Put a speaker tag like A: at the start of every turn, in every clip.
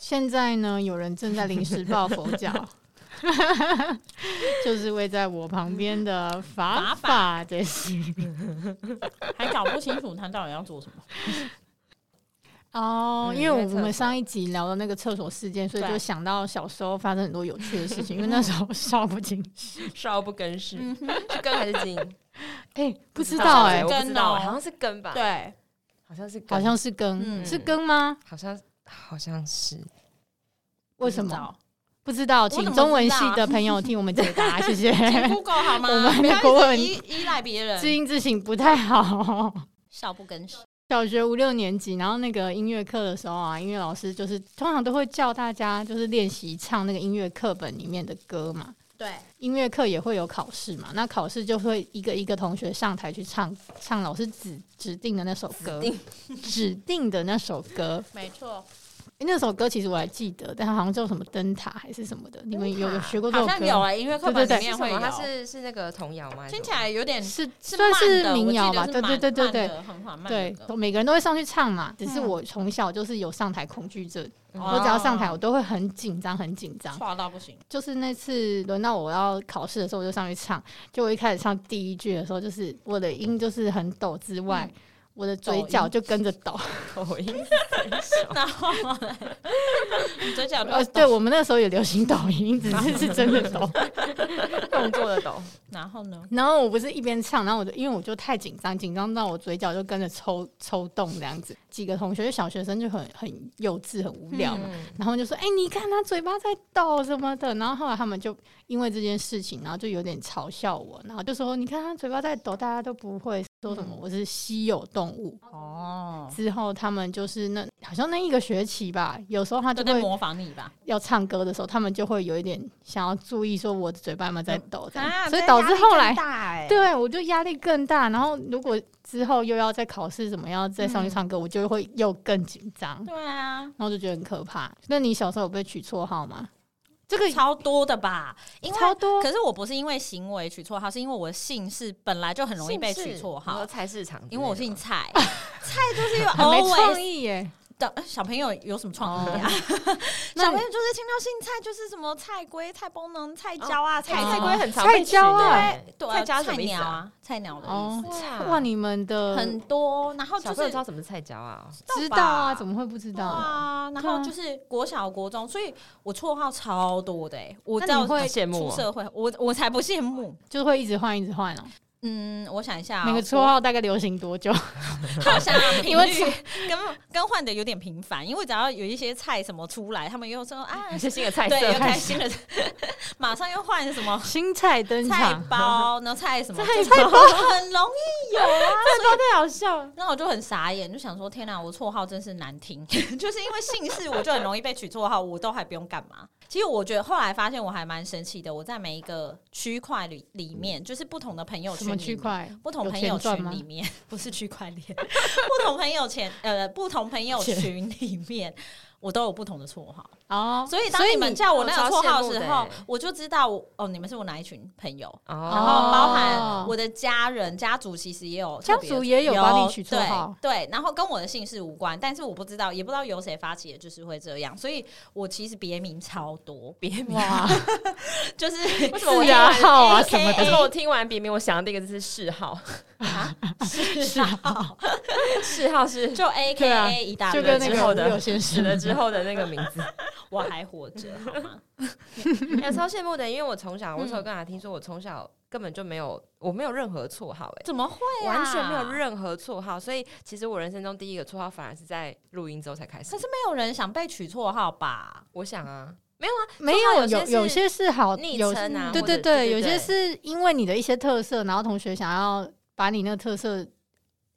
A: 现在呢，有人正在临时抱佛脚， 就是位在我旁边的法
B: 法
A: 法的是
B: 还搞不清楚他到底要做什 么。
A: 哦，
B: 嗯
A: 因为
B: 因为
A: 我
B: 厕所
A: 们上一集聊了那个厕所事件，所以
B: 对
A: 就想到小时候发生很多有趣的事 情，因为那时候少不经事。
C: 少不更事，
B: 嗯哼，
C: 是更还是金？
A: 哎，不知
B: 知
A: 道
B: 道
A: 哎
C: 我，不知
B: 跟
C: 道
B: 哦
C: 哎，好像是更吧？，
A: 啊
B: 对，
C: 好像是更，
A: 好像是羹，
B: 嗯
A: 是羹吗？
C: 好像好像是
A: 为什么？不知道，
B: 怎
A: 请
B: 么
A: 中文
B: 知道
A: 系的朋友替我们解答，谢谢。
B: 请 Google 好吗？
A: 我们
B: 不要一直
A: 国文
B: 依依赖别人，
A: 知音之行不太好。
B: 少不更事。
A: 小学五六年级，然后那个音乐课的时候啊，音乐老师就是通常都会叫大家就是练习唱那个音乐课本里面的歌嘛。
B: 对，
A: 音乐课也会有考试嘛，那考试就会一个一个同学上台去唱唱老师指指定的那首歌，指定的那首歌。
B: 没错，
A: 诶那首歌其实我还记得，但它好像叫什么灯塔还是什么的。你们有有学过这
B: 好
A: 首歌
B: 像
A: 吗？
B: 有哎，音乐课本
A: 对对
B: 里
A: 对
B: 面
C: 是
B: 会
C: 什
B: 有
C: 么？。它是是那个童谣吗？还是
B: 听起
C: 什么
B: 来有点
A: 是
B: 是
A: 算
B: 慢的
A: 是民谣吧？
B: 我记
A: 对
B: 得
A: 对对对
B: 是慢
A: 对
B: 慢的很缓慢的
A: 对
B: 歌，
A: 都每个人都会上去唱嘛。只是
B: 嗯
A: 我从小就是有上台恐惧症，
C: 嗯
A: 我只要上台，我
B: 哦
A: 都会很紧张，很紧张。
B: 错到不行。
A: 就是那次轮到我要考试的时候，我就上去唱。就我一开始唱第一句的时候，就是我的音就是很抖之外，我的嘴角就跟着抖。
C: 口音？
B: 然后 呢你嘴角
A: 呃，
B: 都
A: 对，我们那时候也流行抖音，只是是真的抖。
C: 动作的抖，
B: 然后呢？
A: 然后我不是一边唱，然后我就因为我就太紧张，紧张到我嘴角就跟着抽抽动这样子。几个同学就小学生就很很幼稚、很无聊嘛，
C: 嗯，
A: 然后就说：“哎、你看他嘴巴在抖什么的。”然后后来他们就因为这件事情，然后就有点嘲笑我，然后就说：“你看他嘴巴在抖，大家都不会说什么我是稀有动物。
B: 哦，
A: 之后他们就是那好像那一个学期吧，有时候他
B: 都
A: 就
B: 在
A: 会
B: 模仿你吧？
A: 要唱歌的时候，他们就会有一点想要注意说我的嘴巴有没有在抖这样，
B: 啊
A: 所以导致后来
B: 欸
C: 大对，
A: 对我啊就压力更大。然后如果之后又要再考试，怎么样再上去唱歌，我就会又更紧张。
B: 对啊，
A: 然后就觉得很可怕。那你小时候有被取绰号吗？这个
B: 超多的吧？因为
A: 超多
B: 可是我不是因为行为取绰号，是因为我的姓氏本来就很容易被取绰
C: 我
B: 号
C: 说。菜市场之类的吗，
B: 因为我姓蔡，蔡就是 有
A: 很没
B: always
A: 创意耶。
B: 的小朋友有什么创意啊？
A: 那
B: 小朋友就是听到姓蔡就是什么菜龟、菜崩能、菜椒啊、菜
C: 菜
A: 哦
C: 菜龟很常
A: 菜
C: 被取
A: 椒啊
C: 对
B: 对啊
C: 菜椒是什
B: 菜
C: 么意思
B: 鸟
C: 啊？
B: 啊，菜鸟的意
A: 哦
B: 思。
C: 哇
A: 哇，你们的
B: 很多，然后就
C: 啊小朋友
B: 是
C: 知道什么是菜椒啊？
A: 知
B: 吧
A: 道啊？怎么会不知道？
B: 啊，然后
A: 对啊
B: 就是国小、国中，所以我绰号超多的、欸。我
A: 那
B: 知
A: 你
B: 道
A: 会
C: 羡慕
B: 出
C: 我，
B: 社会，我我才不羡慕。
A: 就会一直换，一直换哦。
B: 嗯，我想一下、
A: 每个绰号大概流行多久？
B: 我好像频
A: 因为
B: 率跟跟换的有点频繁，因为只要有一些菜什么出来，他们又说啊，
C: 是新的 菜
B: 对，又
C: 色，
B: 开心了，马上又换 什么。
A: 新菜登
B: 菜
A: 场，
B: 包，然后菜什么？
C: 菜
B: 就是 很容易有啊。
C: 太好笑了。
B: 那我就很傻眼，就想说：天哪、我绰号真是难听， 就是因为姓氏，我就很容易被取绰号，我都还不用干嘛。其实我觉得后来发现我还蛮神奇的，我在每一个区块里里面，就是不同的朋友
A: 什么
B: 圈里面，
A: 区块？
B: 不同
A: 有
B: 朋
A: 钱
B: 友
A: 赚吗
B: 群里面， 不是区块链，不同朋友圈呃，不同朋友群里面，我都有不同的绰号。
A: 哦，
B: 所以
C: 所
B: 当
C: 以
B: 你们
C: 你
B: 叫我
C: 我
B: 那
C: 超
B: 个绰
C: 羡
B: 号
C: 慕
B: 的时
C: 的
B: 候
C: 欸，
B: 我就知道我哦，你们是我哪一群朋友。
C: 哦，
B: 然后包
A: 哦
B: 含我的家人、家族，其实也有
A: 家
B: 特别
A: 族也有帮你取绰
B: 对
A: 号
B: 对，然后跟我的姓氏无关，但是我不知道，也不知道由谁发起的，就是会这样，所以我其实别名超多， 别名
A: 哇，
B: 就是为
C: 什么我
A: 是啊号啊什么
C: 但是我听完别名，我想到第一个字是嗜好，
B: 是啊，
C: 嗜好 是
B: 就
A: 对
B: A K
A: 啊
B: A 一大
A: 就
B: 堆
A: 跟
B: 之
A: 那个
B: 后
C: 后
A: 五
C: 的
A: 柳先
C: 死
A: 生
C: 了之后的那个名字。
B: 我还活着，好吗？
C: 哎超羡慕的，因为我从小，我那时
A: 嗯
C: 候跟他听说，我从小根本就没有，我没有任何绰号、哎、
B: 怎么会啊？
C: 完全没有，任何绰号，所以其实我人生中第一个绰号反而是在录音之后才开始
B: 可。是没有人想被取绰号吧？
C: 我想啊，
A: 没
C: 号
A: 有
C: 有些
A: 有
C: 是
A: 有些是好
C: 昵
A: 哦有
C: 称啊
A: 对
C: 或者
A: 对
C: 对
A: 对，
C: 对
A: 有些
C: 对
A: 是因为你的一些特色，然后同学想要把你那个特色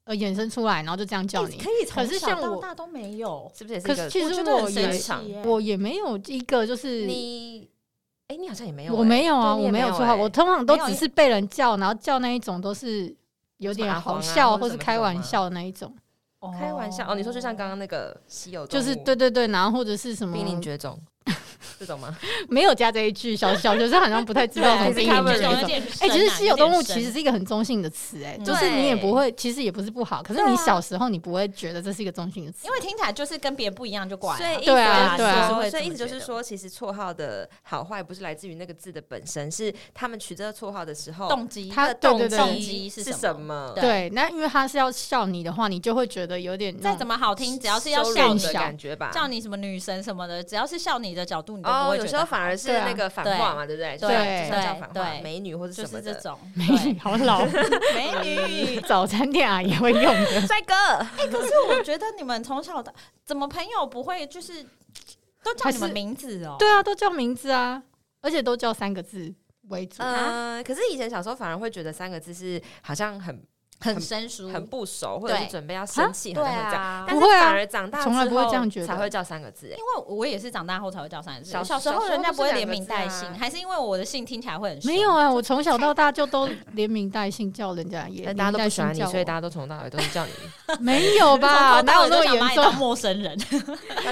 A: 呃衍生出来，然后就这样叫
B: 欸
A: 你。
B: 可以从
A: 可是
B: 小
A: 像
B: 到
A: 我
B: 大都没有，
C: 是不是也是
A: 可
C: 一
A: 是
C: 个
A: 其
B: 我
A: 实
B: 觉得
A: 我
B: 很神
A: 也
B: 奇耶。
A: 我也没有一个就是
C: 你？哎、你好像也没有、
A: 我没有啊，
C: 对你
A: 我
C: 也
A: 没有
C: 没有
A: 绰号，
C: 欸
A: 我通常都
B: 没有
A: 只
B: 因
A: 是被人叫，然后叫那一种都是有
C: 什么
A: 点
C: 阿黄
A: 好
C: 啊
A: 笑
C: 或者
A: 或是
C: 什么
A: 开
C: 这种
A: 玩
C: 吗
A: 笑的那一种，
C: 开
B: 哦
C: 哦玩笑哦。你说就像刚刚那个稀有
A: 就
C: 动 物，
A: 是对对对，然后或者是什么
C: 濒临绝种，这种吗？
A: 没有加这一句，小小学生好像不太知
B: 啊
A: 道怎么
C: 对啊
A: 英
C: 他
A: 文
C: 们
A: 这
C: 有啊
A: 种
C: 一。
A: 哎、其实稀有动物其实是一个很中性的词，哎，
B: 嗯
A: 就是你也
C: 对
A: 不会，其实也不是不好，可是
B: 对
A: 你
B: 啊
A: 小时候你不会觉得这是一个中性的词
B: 因，为听起来就是跟别人不一样就怪啊，
C: 所以意思
A: 对啊
C: 就
A: 对
C: 是
A: 啊
C: 说，
B: 对啊
C: 所以意思就是说，其实绰号的好坏不是来自于那个字的本身，是他们取这个绰号的时候
B: 动机
A: 它啊
C: 的
A: 对
C: 动
A: 对对
B: 动
C: 机
B: 机是
C: 是
B: 什
C: 什
B: 么？
C: 么。
B: 对
A: 对，那因为他是要笑你的话，你就会觉得有点那
B: 再
A: 种
B: 怎么好听，只要是要
C: 羞
B: 笑
C: 辱
B: 你
A: 羞
C: 的
A: 辱，
C: 感觉吧，
B: 叫你什么女神什么的，只要是笑你的角度，你都不
C: 哦，
B: 会
C: 有
B: 觉
C: 时候
B: 得
C: 反而是
A: 对啊
C: 那个反话嘛，对不
B: 对
C: 对？就像
A: 对
C: 叫反话，
B: 对
C: 美女或者
B: 就
C: 什么
B: 是这
C: 的。
B: 种
A: 美
B: 对
A: 女好老，
B: 美 女。
A: 早餐店阿姨会用 的。
C: 帅 哥，
B: 可是我觉得你们从小的怎么朋友不会就是都叫你
A: 还
B: 们
A: 是
B: 名字哦？
A: 对啊，都叫名字啊，而且都叫三个字为主。
B: 呃
C: 嗯、可是以前小时候反而会觉得三个字是好像很
B: 很生疏，
C: 很不熟，或者是
B: 对
C: 准备要生气，好
B: 对
C: 像会这样。
B: 啊。
C: 但是
A: 不会啊
C: 反而长大之后
A: 从来不会这样觉得
C: 才会叫三个字。哎
B: 因为我也是长大后才会叫三人
C: 小
B: 小时
C: 小
B: 候
C: 时
B: 人
C: 候
B: 家
C: 就
B: 不会
C: 是
B: 连
C: 两个
B: 名
C: 字
B: 带
C: 啊
B: 姓，还是因为我的姓听起来会很
A: 没有啊，我从小到大就都连名带姓叫人家，也
B: 哎
C: 但大家都不喜欢你，所以大
A: 家
C: 家都从头到尾都是叫你。
A: 没有吧？啊 哪有
B: 那
A: 那么
B: 想把
A: 严
B: 你
A: 重
B: 当？陌生人？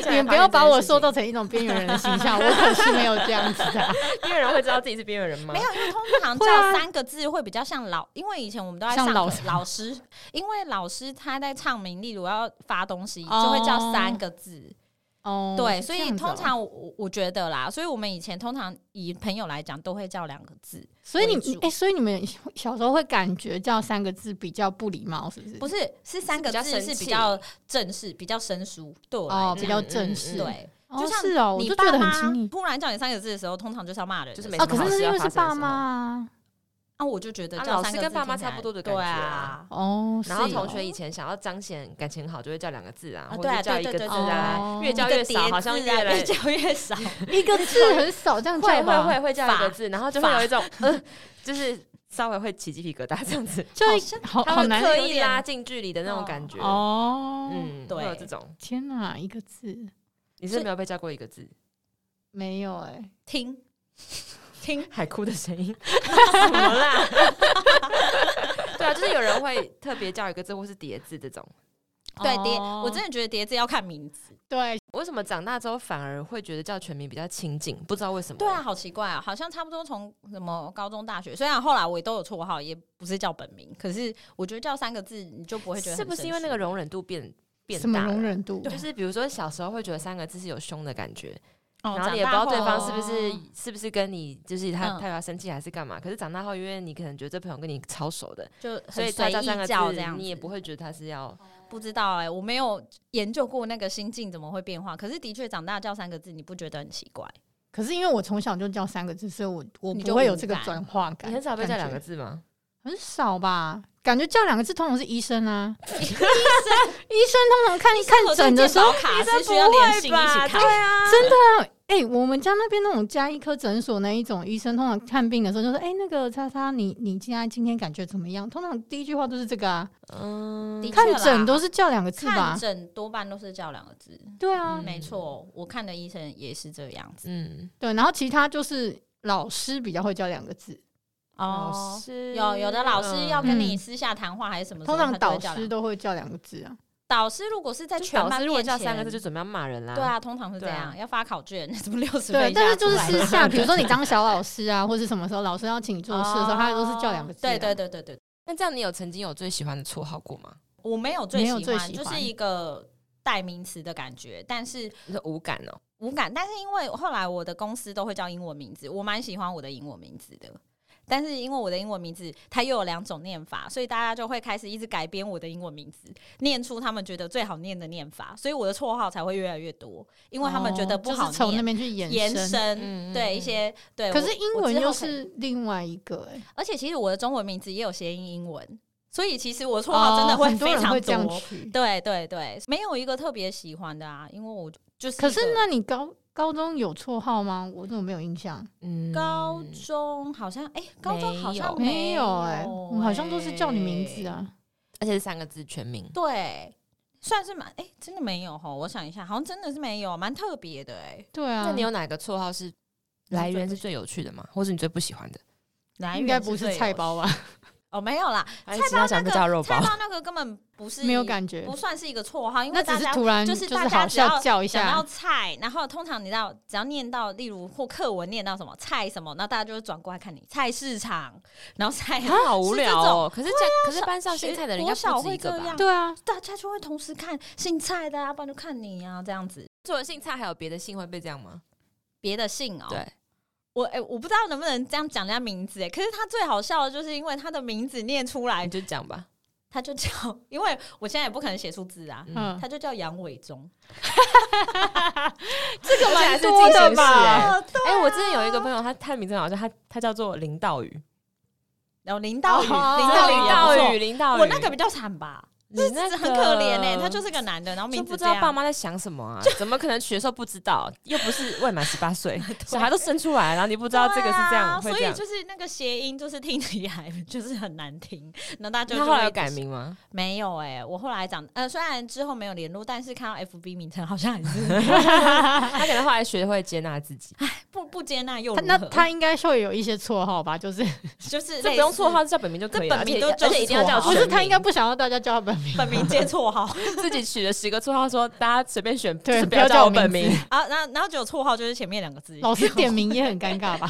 A: 你们不要把我塑，造成一种边缘人的形象，我可是没有这样子 的啊。
C: 边缘人会知道自己是边缘人 吗？
B: 没有，因为通 常
A: 会啊
B: 叫三个字会比较像老，因为以前我们都在
A: 像
B: 上
A: 老
B: 课
A: 师
B: 老师，因为老师他在唱名，例如要发东西，
A: 哦
B: 就会叫三个字。
A: 哦，
B: 对，所
A: 这
B: 以
A: 样子哦
B: 通，常我我我觉得啦，所以我们以前通常以朋友来讲都会叫两个字，
A: 所以你
B: 为
A: 们
B: 主
A: 哎，所以你们小时候会感觉叫三个字比较不礼貌，是不是？
B: 不是是三个
C: 比较
B: 字
C: 生
B: 是比
C: 气
B: 较正式、比较生疏，对我来
A: 哦，
B: 讲，
A: 比较
C: 嗯嗯
A: 正
C: 嗯
A: 式。
B: 对。
A: 哦，
B: 就像
A: 是哦，我
B: 你
A: 就
B: 爸
A: 觉得
B: 妈
A: 很亲密
B: 突然叫你三个字的时候，通常就是要骂人的时候，
C: 就是没
A: 啊。
C: 什
A: 可
C: 么好
A: 是
C: 事要
A: 因为
C: 发
A: 是
C: 生
A: 爸妈
C: 什么。
A: 啊，
B: 啊，我就觉得
C: 啊
B: 叫
C: 老
B: 三
C: 师
B: 个
C: 跟
B: 字
C: 爸妈
B: 听起来
C: 差不多的感觉
B: 对
C: 啦
B: 啊，
A: 哦，
C: 然后
A: 是
C: 同
A: 哦
C: 学以前想要彰显感情好，就会叫两个字啊
B: 啊，
C: 或
B: 对啊
C: 者叫
B: 对
C: 一
B: 对
C: 个
B: 对
C: 字
A: 对
C: 啊，
A: 对
C: 越叫越
B: 一个
C: 少，
B: 叠
C: 好像
B: 字啊
C: 越来
B: 越叫越少。
A: 一个字很少这样叫
C: 会会
A: 吧
C: 会会叫一
B: 法
C: 个字，然后就会有一种呃，就是稍微会起鸡皮疙瘩这样子，
A: 就
B: 好
A: 一
B: 像
A: 好
C: 他
A: 好
C: 会
A: 难
C: 刻
B: 有
C: 意
B: 点
C: 拉近距离的那种感觉。
A: 哦。
C: 嗯，
B: 对
C: 会有这种，
A: 天哪，一个字
C: 你是不是没有被叫过一个字，
A: 没有哎、
B: 听听，
C: 海哭的声音， 什么啦？ 对啊，就是有人会特别叫一个字，或是叠字这种。
B: 对
A: 哦
B: 叠，我真的觉得叠字要看名字。
A: 对，
C: 为什么长大之后反而会觉得叫全名比较亲近？不知道为什么。欸
B: 对啊，，好奇怪啊，好像差不多从什么高中、大学，虽然后来我也都有绰号，也不是叫本名，可是我觉得叫三个字你就不会觉得
C: 是不是因为那个
B: 人
C: 容忍度变变
A: 什么
C: 大了
A: 容？忍度？
C: 就是比如说小时候会觉得三个字是有凶的感觉，
B: 哦，
C: 然后
B: 长
C: 你也不知
B: 大
C: 道对
B: 后哦
C: 方是不是是不是跟你就是他
B: 嗯
C: 他有要生气还是干嘛。可是长大后，因为你可能觉得这朋友跟你超熟的，
B: 就
C: 所以
B: 很随
C: 他叫三
B: 意
C: 个
B: 叫
C: 字
B: 这样，子，
C: 你也不会觉得他是要
B: 不知道哎，我没有研究过那个心境怎么会变化，可是的确长大叫三个字，你不觉得很奇怪？
A: 可是因为我从小就叫三个字，所以我我
B: 你
A: 不
B: 就
A: 会有
B: 无
A: 这个
B: 感
A: 转化感。
C: 你很少被叫
A: 感
C: 两个
A: 觉，
C: 字吗？
A: 很少吧？感觉叫两个字通常是医生啊，医生医生通常看看诊的时候，
B: 卡是需要连心一起看，
C: 啊
A: 真的、啊，哎、我们家那边那种加医科诊所那一种医生，通常看病的时候就说：“哎、那个叉叉，你你今天今天感觉怎么样？”通常第一句话都是这个啊，
C: 嗯
B: 的确
A: 看
B: 啦
A: 诊都是叫两个字
B: 看
A: 吧？
B: 诊多半都是叫两个字，
A: 对啊，
C: 嗯
B: 没错，我看的医生也是这样子
C: 嗯，
A: 对，然后其他就是老师比较会叫两个字，
C: 老
B: 哦。
C: 师
B: 有有的老师要跟你
A: 嗯
B: 私下谈话还是什么时候，
A: 通常
B: 他就
A: 导
B: 会叫
A: 师
B: 两个
A: 都会叫两个字啊。
B: 导师如果是在
C: 就
B: 全
C: 老
B: 班
C: 师如果
B: 面
C: 叫
B: 前，
C: 三个字，就准备要骂人啦。
B: 对，啊，通常是这
C: 对啊
B: 样，要发考卷， 什么六十分
A: 对
B: 以，下
A: 但是就是
B: 出来
A: 私 下，比如说你当小老师啊，或 是什么时候老师要请你做事的时候，
B: 哦
A: 他都是叫两个字啊。
B: 对对对对对，
C: 那这样你有曾经有最喜欢的绰号过吗？
B: 我没有最
A: 没有
B: 喜
A: 最
B: 欢，
A: 喜
B: 就是
A: 欢
B: 一个代名词的感觉，但是
C: 你说无感哦，
B: 无感，但是因为后来我的公司都会叫英文名字，我蛮喜欢我的英文名字的。但是因为我的英文名字它又有两种念法，所以大家就会开始一直改编我的英文名字，念出他们觉得最好念的念法，所以我的绰号才会越来越多，因为他们觉得
A: 哦
B: 不
A: 就是
B: 好
A: 从那
B: 念。
A: 边去
B: 延
A: 延伸。
B: 伸
C: 嗯
B: 对一，些对，
A: 可
B: 我
A: 是英
B: 我
A: 文
B: 之后
A: 又
B: 可以
A: 是另外一个哎、
B: 而且其实我的中文名字也有谐音英文，所以其实我的绰号真的
A: 哦
B: 会
A: 很多
B: 非
A: 人
B: 常
A: 会这样
B: 多。
A: 取。
B: 对对对，没有一个特别喜欢的啊，因为我就是
A: 可
B: 一个
A: 是那你高高中有绰号吗？我怎么没有印象？
C: 嗯
B: 高中好像哎、高中好像
A: 没有哎、
B: 哎、
A: 我们好像都是叫你名字啊。
C: 而且是三个字全名
B: 哎。，对，算是蛮哎、真的没有哈。我想一下，好像真的是没有，蛮特别的哎、
A: 对啊，
C: 那你有哪个绰号是来源是最有趣的吗？或是你最不喜欢的？
B: 来源
A: 应该不
B: 是最
A: 是菜包吧？
B: 哦，没有啦，
C: 还
B: 菜
C: 是
B: 包
C: 他想
B: 那
C: 不
B: 个
C: 叫肉包
B: 菜包那个根本不 是
A: 没有感觉
B: 不算是一个绰号，因
A: 那
B: 为
A: 只
B: 大
A: 是
B: 家
A: 突然
B: 就是大
A: 好
B: 家只
A: 笑
B: 要
A: 叫一
B: 讲到
A: 下，
B: 菜，然后通常你知道，只要念到，例如或课文念到什么菜什么，那大家就会转过来看你菜市场，然后菜，
C: 他好无聊哦。可是这
B: 可
C: 可是班上姓蔡的人应该
B: 小
C: 不止
B: 会
C: 一个
B: 这
C: 吧
B: 样？
A: 对啊，
B: 大家就会同时看姓蔡的、啊，不然就看你啊这样子。
C: 除了姓蔡，还有别的姓会被这样吗？
B: 别的姓哦、
C: 对，
B: 我哎、我不知道能不能这样讲人家名字哎、可是他最好笑的就是因为他的名字念出来
C: 哎你，就讲吧。
B: 他就叫，因为我现在也不可能写出字啊，
A: 嗯，
B: 他就叫杨伟忠。
A: 这个
C: 蛮
A: 蛮
C: 多
A: 多
C: 的
A: 的
C: 吧
A: 吧？
B: 哦，对
C: 哎、我之前有一个朋友，他他的名字很好笑，他他叫做林道宇，
B: 然后林道宇，林
A: 哦
B: 道宇
A: 林
B: 也不
C: 宇，林
B: 错，
C: 道宇，
B: 我那个比较惨吧，
C: 你
B: 这
C: 那个
B: 很可怜哎，他就是个男的，然后
C: 欸就
B: 名
C: 不
B: 字
C: 知
B: 这
C: 道爸
B: 样。
C: 妈在想什么啊？怎么可能取的时候不知道？又不是未满十八岁，小孩都生出来，然后你不知道这个是这样，
B: 对啊，所
C: 会这
B: 以
C: 样。
B: 就是那个谐音，就是听起来 就是很难听。那大家就
C: 他后来
B: 就会
C: 有
B: 一直
C: 改名吗？
B: 没有哎、我后来长呃，虽然之后没有联络，但是看到 FB 名称好像还是
C: 他可能后来学会接纳自己，
B: 不不接纳又如
A: 他
B: 何
A: 那他应该会有一些绰号吧？就是
B: 就是
C: 这
B: 类
C: 不用
B: 似
C: 绰号，叫本名就可以
B: 这
C: 了，而
B: 本名
C: 且
B: 都
C: 而且一定要叫
B: 就
A: 不是
B: 是绰
C: 全名。
A: 他应该不想要大家叫他本 名，
B: 本名接绰号
C: 自己取了十个绰号，说大家随便选，
A: 对
C: 就是不
A: 不
C: 要
A: 要
C: 叫
A: 叫
C: 我
A: 我
C: 本名
A: 名。
B: 啊，然后然后只有绰号就是前面两个字。
A: 老师点名也很尴尬吧？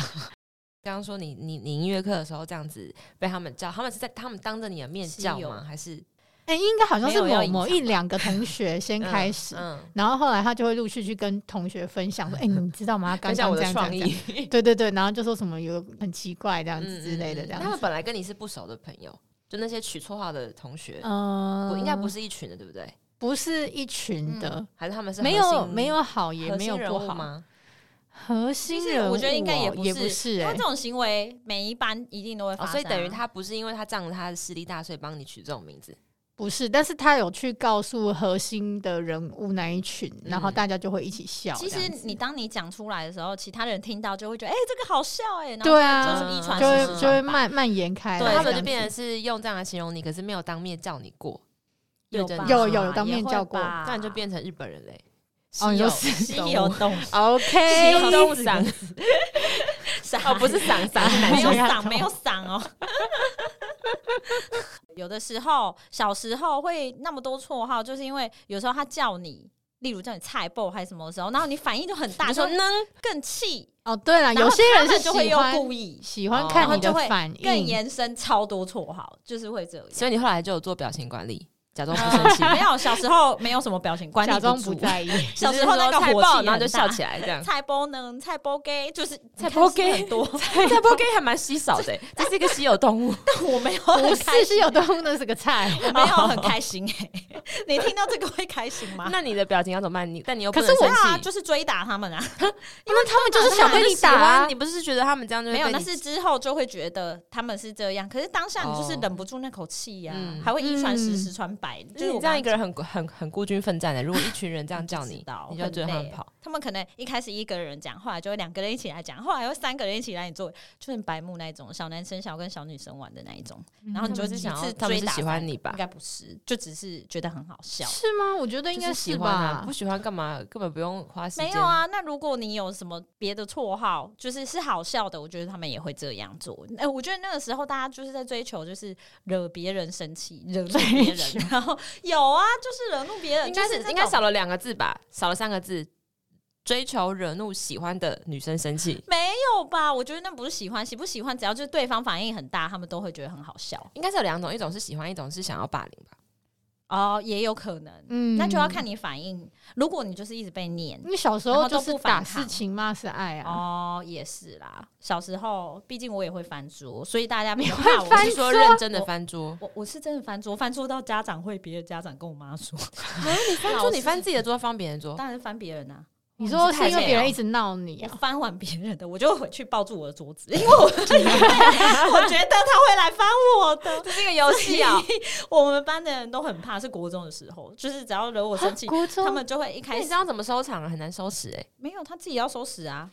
C: 刚刚说你你你音乐课的时候这样子被他们叫，他们是在他们当着你的面叫
B: 是有
C: 吗？还是
A: 哎，应该好像是
B: 没有要
A: 某
B: 隐
A: 某
B: 藏
A: 一两个同学先开始，
C: 嗯，嗯
A: 然后后来他就会陆续去跟同学分享说：“哎、你知道吗？刚
C: 分享
A: 刚
C: 我
A: 这
C: 的
A: 样这样
C: 创
A: 这
C: 意
A: 样， 对对对，然后就说什么有很奇怪这样
C: 嗯
A: 子之类的，
C: 嗯嗯
A: 这样
C: 他
A: 子
C: 们本来跟你是不熟的朋友，就那些取绰号的同学，
A: 嗯，
C: 我应该不
A: 是
C: 是一群的，对不对？
A: 不是一群
B: 嗯
A: 的，
C: 还是他们是
A: 没
C: 核
A: 有
C: 心
A: 没有啊好也
C: 核
A: 没
C: 心
A: 有
C: 人
A: 不
C: 物
A: 好，
C: 吗？
A: 核心
B: 其实
A: 人
B: 我觉得应该
A: 物
B: 也
A: 哦
B: 不
A: 也
B: 是
A: 是哎、
B: 他这种行为，每一班一定都会发
C: 哦，
B: 生啊、
C: 所以等于他不是因为他仗着他的势力大，所以帮你取这种名字。
A: 不是，但是他有去告诉核心的人物那一群，然后
C: 嗯
A: 大家就会一起笑这
B: 其
A: 样子。
B: 实你当你讲出来的时候，其他人听到就会觉得，哎、这个好笑哎、然后
A: 对
B: 就
A: 啊，
B: 是一传
A: 就
B: 十，
A: 会
B: 十
A: 就会
B: 传百。
A: 蔓蔓延开来
B: 对
A: 这样子，
C: 他们就变成是用这样来形容你，可是没有当面叫你过，
B: 有
C: 对
B: 吧
C: 着你
A: 有
C: 说
A: 有
B: 也
A: 当面
B: 会
A: 叫过
B: 吧
C: 那你就变成日本人嘞。
A: 哦，你就
C: 稀
A: 是
B: 稀有动物，
A: OK，
B: 稀有
C: 动物
B: 子
C: 赏哦，不是赏赏， 是男
B: 没有
C: 生。
B: 赏，没有赏哦。 有的时候，小时候会那么多绰号，就是因为有时候他叫你，例如叫你菜爆还是什么的时候，然后你反应就很
C: 你
B: 大，
C: 就
B: 就
C: 说
B: 会
C: 呢，
B: 更气。
A: 哦，对了，
B: 然
A: 有
B: 后
A: 些
B: 他
A: 人
B: 们
A: 是
B: 就会
A: 喜
B: 又
A: 欢
B: 故意，
A: 喜
C: 哦
A: 欢
C: 然
A: 看
B: 后
A: 你的
B: 就会
A: 反应，
B: 更延伸超多绰号，就是会这样。
C: 所以你后来就有做表情管理，假装不生气，
B: 呃没有，小时候没有什么表情管理
A: 假装不
B: 住。
A: 在意。
B: 小时候那个
C: 菜
B: 火
C: 爆，
B: 气，
C: 然后就笑起来这样
B: 来。。 菜包呢？菜包 gay 就是你
C: 菜包
B: 看是
C: gay
B: 很多，
C: 菜波龟还蛮稀少的，这是一个稀有动 物。
B: 但我没有很
A: 不
B: 开
A: 是，
B: 心
A: 是，有动物的是个 菜。
B: 我没有很开心哎。 你听到这个会开心 吗？
C: 那你的表情要怎么办？你但你又不
A: 可
C: 能
A: 是
B: 没
C: 生
B: 有啊，
C: 气，
B: 就是追打他们啊，
A: 那他 们就是想
C: 想
A: 被
C: 被
A: 你
C: 你
A: 打
C: 打
A: 啊
C: 啊！你！不是觉得他们这样就 会
B: 没有，
C: 被
B: 那
C: 你
B: 是之后就会觉得他们是这样，可是当下你就是
C: 哦
B: 忍不住那口气呀、
C: 嗯
B: 还会一传十，
A: 嗯
B: 十传百，就
C: 就是
B: 是
C: 你
B: 我
C: 这样
B: 刚
C: 一个人很很很孤军奋战的。如果一群人这样叫
B: 不
C: 你
B: 知道，
C: 你就觉得他们跑。
B: 他们可能一开始一个人讲，后来就会两个人一起来讲，后来又三个人一起来你做，就很白目那一种，小男生想要跟小女生玩的那一种，然后你
C: 嗯
B: 就
C: 他们是
B: 一
C: 想要
B: 次
C: 他们
B: 追
C: 是
B: 打
C: 喜欢
B: 三
C: 你
B: 个
C: 吧
B: 应该不是，就只是觉得很好笑。
A: 是吗？我觉得应
C: 就
A: 该
C: 是喜欢啊
A: 吧
C: 不。喜欢干嘛？根本不用花时间。
B: 没有，啊，那如果你有什么别的绰号，就是是好笑的，我觉得他们也会这样做。哎、我觉得那个时候大家就是在追求，就是惹别人生气，惹怒别人，然后有啊，就是惹怒别人，
C: 应该
B: 就是是这
C: 应该
B: 种
C: 少了两个字吧，少了三个字。追求惹怒喜欢的女生生气，
B: 没有吧？我觉得那不是喜欢，喜不喜欢，只要就是对方反应很大，他们都会觉得很好笑
C: 应该是有两种，一种是喜欢，一种是想要霸凌吧。
B: 哦，也有可能。
A: 嗯
B: 那就要看你反应。如果你就是一直被念，
A: 你小时
B: 然
A: 候
B: 后
A: 就
B: 都
A: 是
B: 不
A: 打
B: 反
A: 是
B: 抗
A: 情，骂是爱嗯啊。
B: 哦，也是啦。小时候，毕竟我也会翻桌，所以大家没有
A: 会
B: 怕我
A: 翻
C: 你
B: 是
C: 是说
A: 桌
C: 认真的翻桌，
B: 我我是真的翻桌，翻桌到家长会，别的家长跟我妈说，
C: 你翻桌，
B: 老师
C: 你翻自己的桌，翻别人
A: 哦
C: 桌，
B: 当然翻别人啊。
A: 你说是因为别人一直
B: 直
A: 闹你
B: 我
A: 啊？
B: 翻完别人的，我就回去抱住我的桌子，因为我 我觉得他会来翻我 的。
C: 这是一个游戏啊！
B: 我们班的人都很怕，是国中的时候，就是只要惹我生气，
A: 啊国
B: 他
A: 中
B: 们就会一
C: 那
B: 开
C: 你
B: 始
C: 这样怎么收场啊？很难收拾哎。
B: 没有，他自己要收拾啊。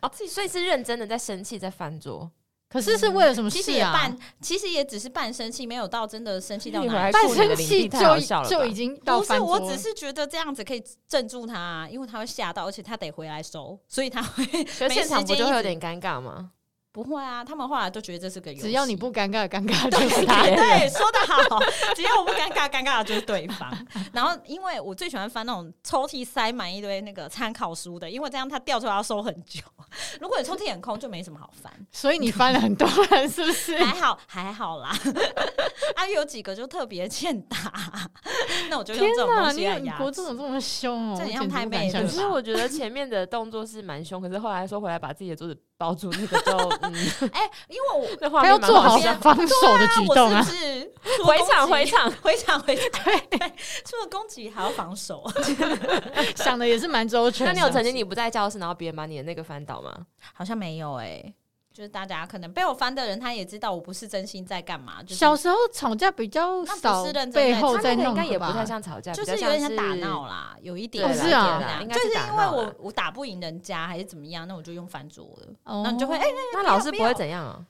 C: 哦，所以是认真的在生气，在翻桌。
A: 可是是为了什么
B: 嗯其实
A: 事
B: 也
A: 啊
B: 半？，其实也只是半生气，没有到真的生气到
C: 你回
B: 哪
C: 来
B: 里。
A: 半
C: 半生
A: 生
C: 气
A: 气
C: 就
A: 就
C: 就
A: 就
C: 已
A: 已经到
B: 不是，
A: 翻
B: 我
A: 桌，
B: 只是觉得这样子可以镇住他、啊，因为他会吓到，而且他得回来收，所以他会
C: 可是现场不就会有点尴尬吗？
B: 不会啊，他们后来都觉得这是个游戏。
A: 只要你不尴尬，尴尬 就是他
B: 对
A: 人。
B: 啊对，说得好， 只要我不尴尬，尴尬的就是对方。 然后，因为我最喜欢翻那种抽屉塞满一堆那个参考书的，因为这样它掉出来要收很久。 如果你抽屉很空，就没什么好 翻。
A: 所以你翻了很多人，是不是？
B: 还好，还好啦。 啊，有几个就特别欠打， 那我就用
A: 天
B: 这种
A: 哪，
B: 东
A: 你
B: 西来
A: 你
B: 压
A: 国
B: 制。
A: 中怎么这么凶哦？
B: 这很
A: 我简
B: 像
A: 直
B: 太
A: 不
B: 妹
A: 敢
B: 了
A: 相
C: 可
B: 吧
A: 信
C: 是我觉得前面的动作是蛮凶，可是后来说回来把自己的桌子包住，那个就 嗯，
B: 哎、因为我
C: 那画
A: 他
C: 面
A: 要
C: 蛮
A: 做好
C: 好笑
B: 像
A: 防守的举动
B: 我
A: 啊！
B: 是不是除了
C: 回
B: 攻
C: 场
B: 击
C: 回场
B: 回场回场？对，除了攻击还要防守。
A: 想的也是蛮周全
C: 那
A: 的。
C: 你有曾经你不在教室，然后别人把你的那个翻倒吗？
B: 好像没有哎、就是大家可能被我翻的人，他也知道我不是真心在干嘛，就是
A: 小时候吵架比较
B: 那不
A: 少
B: 是认，真
A: 背
B: 在
A: 后
B: 吵
A: 哦在
C: 那个应
A: 弄
C: 该也不
A: 吧
C: 太像吵架，
B: 就
C: 啊比
B: 是
C: 较
B: 有
C: 像
B: 点像
C: 是
B: 打闹啦，有一点
A: 哦
B: 有一
A: 是
B: 点
A: 啊
B: 这样
C: 应该
B: 就是是
C: 打
B: 因为
C: 闹啦
B: 我我打不赢人家还是怎么样，那我就用翻桌的，
A: 哦
B: 那你就会哎、哎
C: 那
B: 不要
C: 老师
B: 不
C: 不会
B: 要
C: 怎样啊？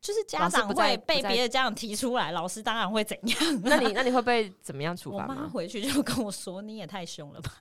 B: 就是家
C: 老师
B: 长
C: 不在
B: 会被
C: 不在
B: 别的家长提出来，老师当然会怎样。
C: 那 你那你会被怎么样处
B: 我
C: 罚
B: 妈
C: 吗？
B: 回去就跟我说：“你也太凶了吧，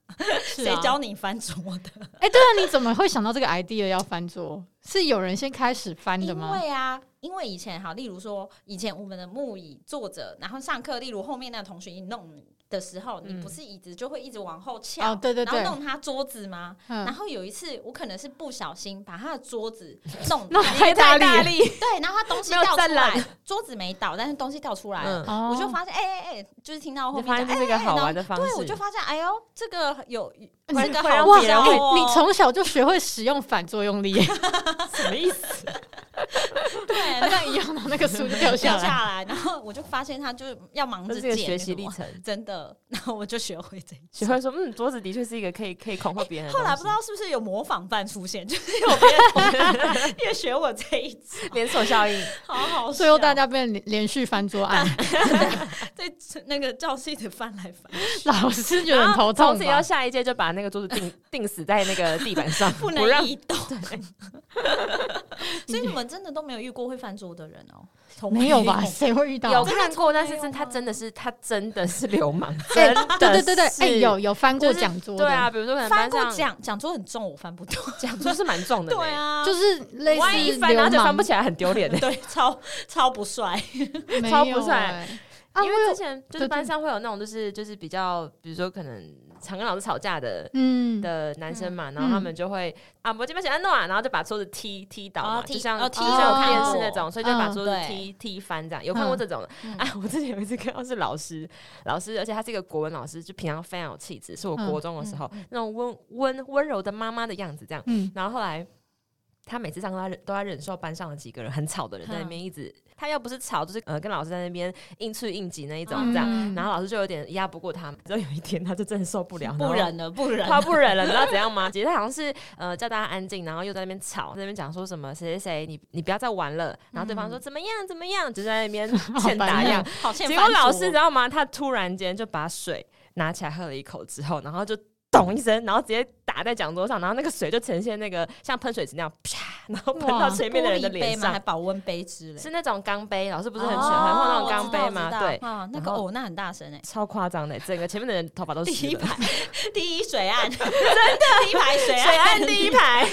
A: 是
B: 谁
A: 啊
B: 教你翻桌的？”
A: 哎，对啊，你怎么会想到这个 idea 要翻桌？是有人先开始翻的
B: 因
A: 吗？
B: 为啊，因为以前好，例如说以前我们的木椅坐着，然后上课，例如后面那个同学一弄你的时候，
C: 嗯
B: 你不是椅子就会一直往后翘，
A: 哦，对对对
B: 然，后弄他桌子吗？然
A: 嗯，
B: 后有一次我可能是不小心把他的桌子 弄
A: 那太大力 了，
C: 力，
B: 对，然后他东西
C: 没有
B: 掉
C: 站
B: 出来，桌子没倒，但是东西掉出来了。
C: 嗯，
A: 哦
B: 我就发现，哎哎哎，就是听到后
C: 你
B: 面
C: 发现
B: 讲
C: 这是一
B: 哎
C: 个
B: 哎
C: 好
B: 然后
C: 玩的方式，
B: 对，我就发现，哎呦，这个有
A: 你
B: 这个
C: 会让
B: 好
C: 别人
B: 笑
C: 会
B: 哦
A: 哎你从小就学会使用反作用 力，
C: 什么意思？
B: 对，
A: 他像一样拿那个书就掉下
B: 掉
A: 来。
B: 下来，然后我就发现他就要忙
C: 这
B: 着
C: 是一个
B: 捡
C: 学习
B: 那
C: 历
B: 种
C: 程，
B: 真的。然后我就学会这一
C: 学
B: 招。
C: 会说嗯，桌子的确是一个可以可以恐吓别人的东
B: 后
C: 西。
B: 来不知道是不是有模仿犯出现，就是有别的同学也学我这一招，
C: 连锁效应，
B: 好好笑。
A: 最后大家变连连续翻桌 案，
B: 在那个教室一直翻来 翻去，
A: 老师觉得
C: 然
A: 很
C: 后
A: 头痛
C: 从此要
A: 吧？
C: 下一届就把那个桌子定 定死在那个地板 上，
B: 不
C: 不让
B: 能移动。 所以你们真的都没有遇过会翻桌的人哦？从
A: 没有 吧？
B: 没
A: 谁会遇到？
C: 有
A: 哎
C: 看过，但是
B: 没有
C: 是他
B: 吗
C: 真的是他真的是流氓，
A: 对
C: 真的
A: 哎对对对，
C: 是
A: 哎，有有翻过
C: 就是
A: 讲桌的，
C: 对啊，比如说可能
B: 翻
C: 班
B: 过
C: 上
B: 讲讲桌很重，我翻不动。
C: 讲桌是蛮重的呢，
B: 对啊，
A: 就是类
C: 万一
A: 似
C: 翻然
A: 流
C: 后就翻
A: 氓
C: 不，起来，很丢脸的。
B: 对，超超不帅。
A: 没
C: 超不
A: 有
C: 帅
A: 哎 啊，
C: 因
A: 我
C: 为
A: 有
C: 之前就
A: 对
C: 是班
A: 对
C: 上会有那种，就是就是比较，比如说可能常跟老师吵架的
A: 嗯，
C: 的男生嘛，然后他们就会啊，我这边想要弄啊，然后就把桌子踢踢倒嘛，
B: 哦踢
C: 就像
B: 哦
C: 就
B: 踢
C: 像
A: 哦
C: 电视那种，所以就把
A: 嗯
C: 桌子
B: 对
C: 踢踢翻这样。有看过这种的
B: 嗯
C: 啊？我之前有一次看到是老师，老师，而且他是一个国文老师，就平常非常有气质，是我
A: 嗯
C: 国中的时候那种温温温柔的妈妈的样子这样。
A: 嗯，
C: 然后后来他每次上课他都要忍受班上的几个人很吵的人在那边一直，他要不是吵，就是呃跟老师在那边硬吹硬挤那一种这样。
A: 嗯
C: 然后老师就有点压不过他，之后有一天他就真的受不了，
B: 不。忍了，不忍了
C: 他不忍了，你知道怎样吗？姐姐好像是呃叫大家安静，然后又在那边吵，在那边讲说什么谁谁谁，你你不要再玩了。然后对方说怎么样怎么样，就在那边 欠打
A: 烦
C: 一样。
B: 好欠
C: 结
B: 翻
C: 果
B: 桌。
C: 老师知道吗？他突然间就把水拿起来喝了一口之后，然后就咚一声，然后直接打在讲桌上，然后那个水就呈现那个像喷水池那样，啪，然后喷
A: 哇
C: 到前面的人的
B: 玻璃杯
C: 脸
B: 吗？还
C: 上。
B: 保温杯之类？
C: 是那种钢杯，老师不是很喜
B: 哦
C: 欢放那种
B: 我
C: 钢
B: 知道
C: 杯吗？
B: 我知道
C: 对，
B: 啊，那个
C: 然后。
B: 哦，那很大声哎
C: 超夸张的，整个前面的人头发都是
B: 第一
C: 的。
B: 排， 第一水岸， 真的，第一排水
C: 谁按第一，排，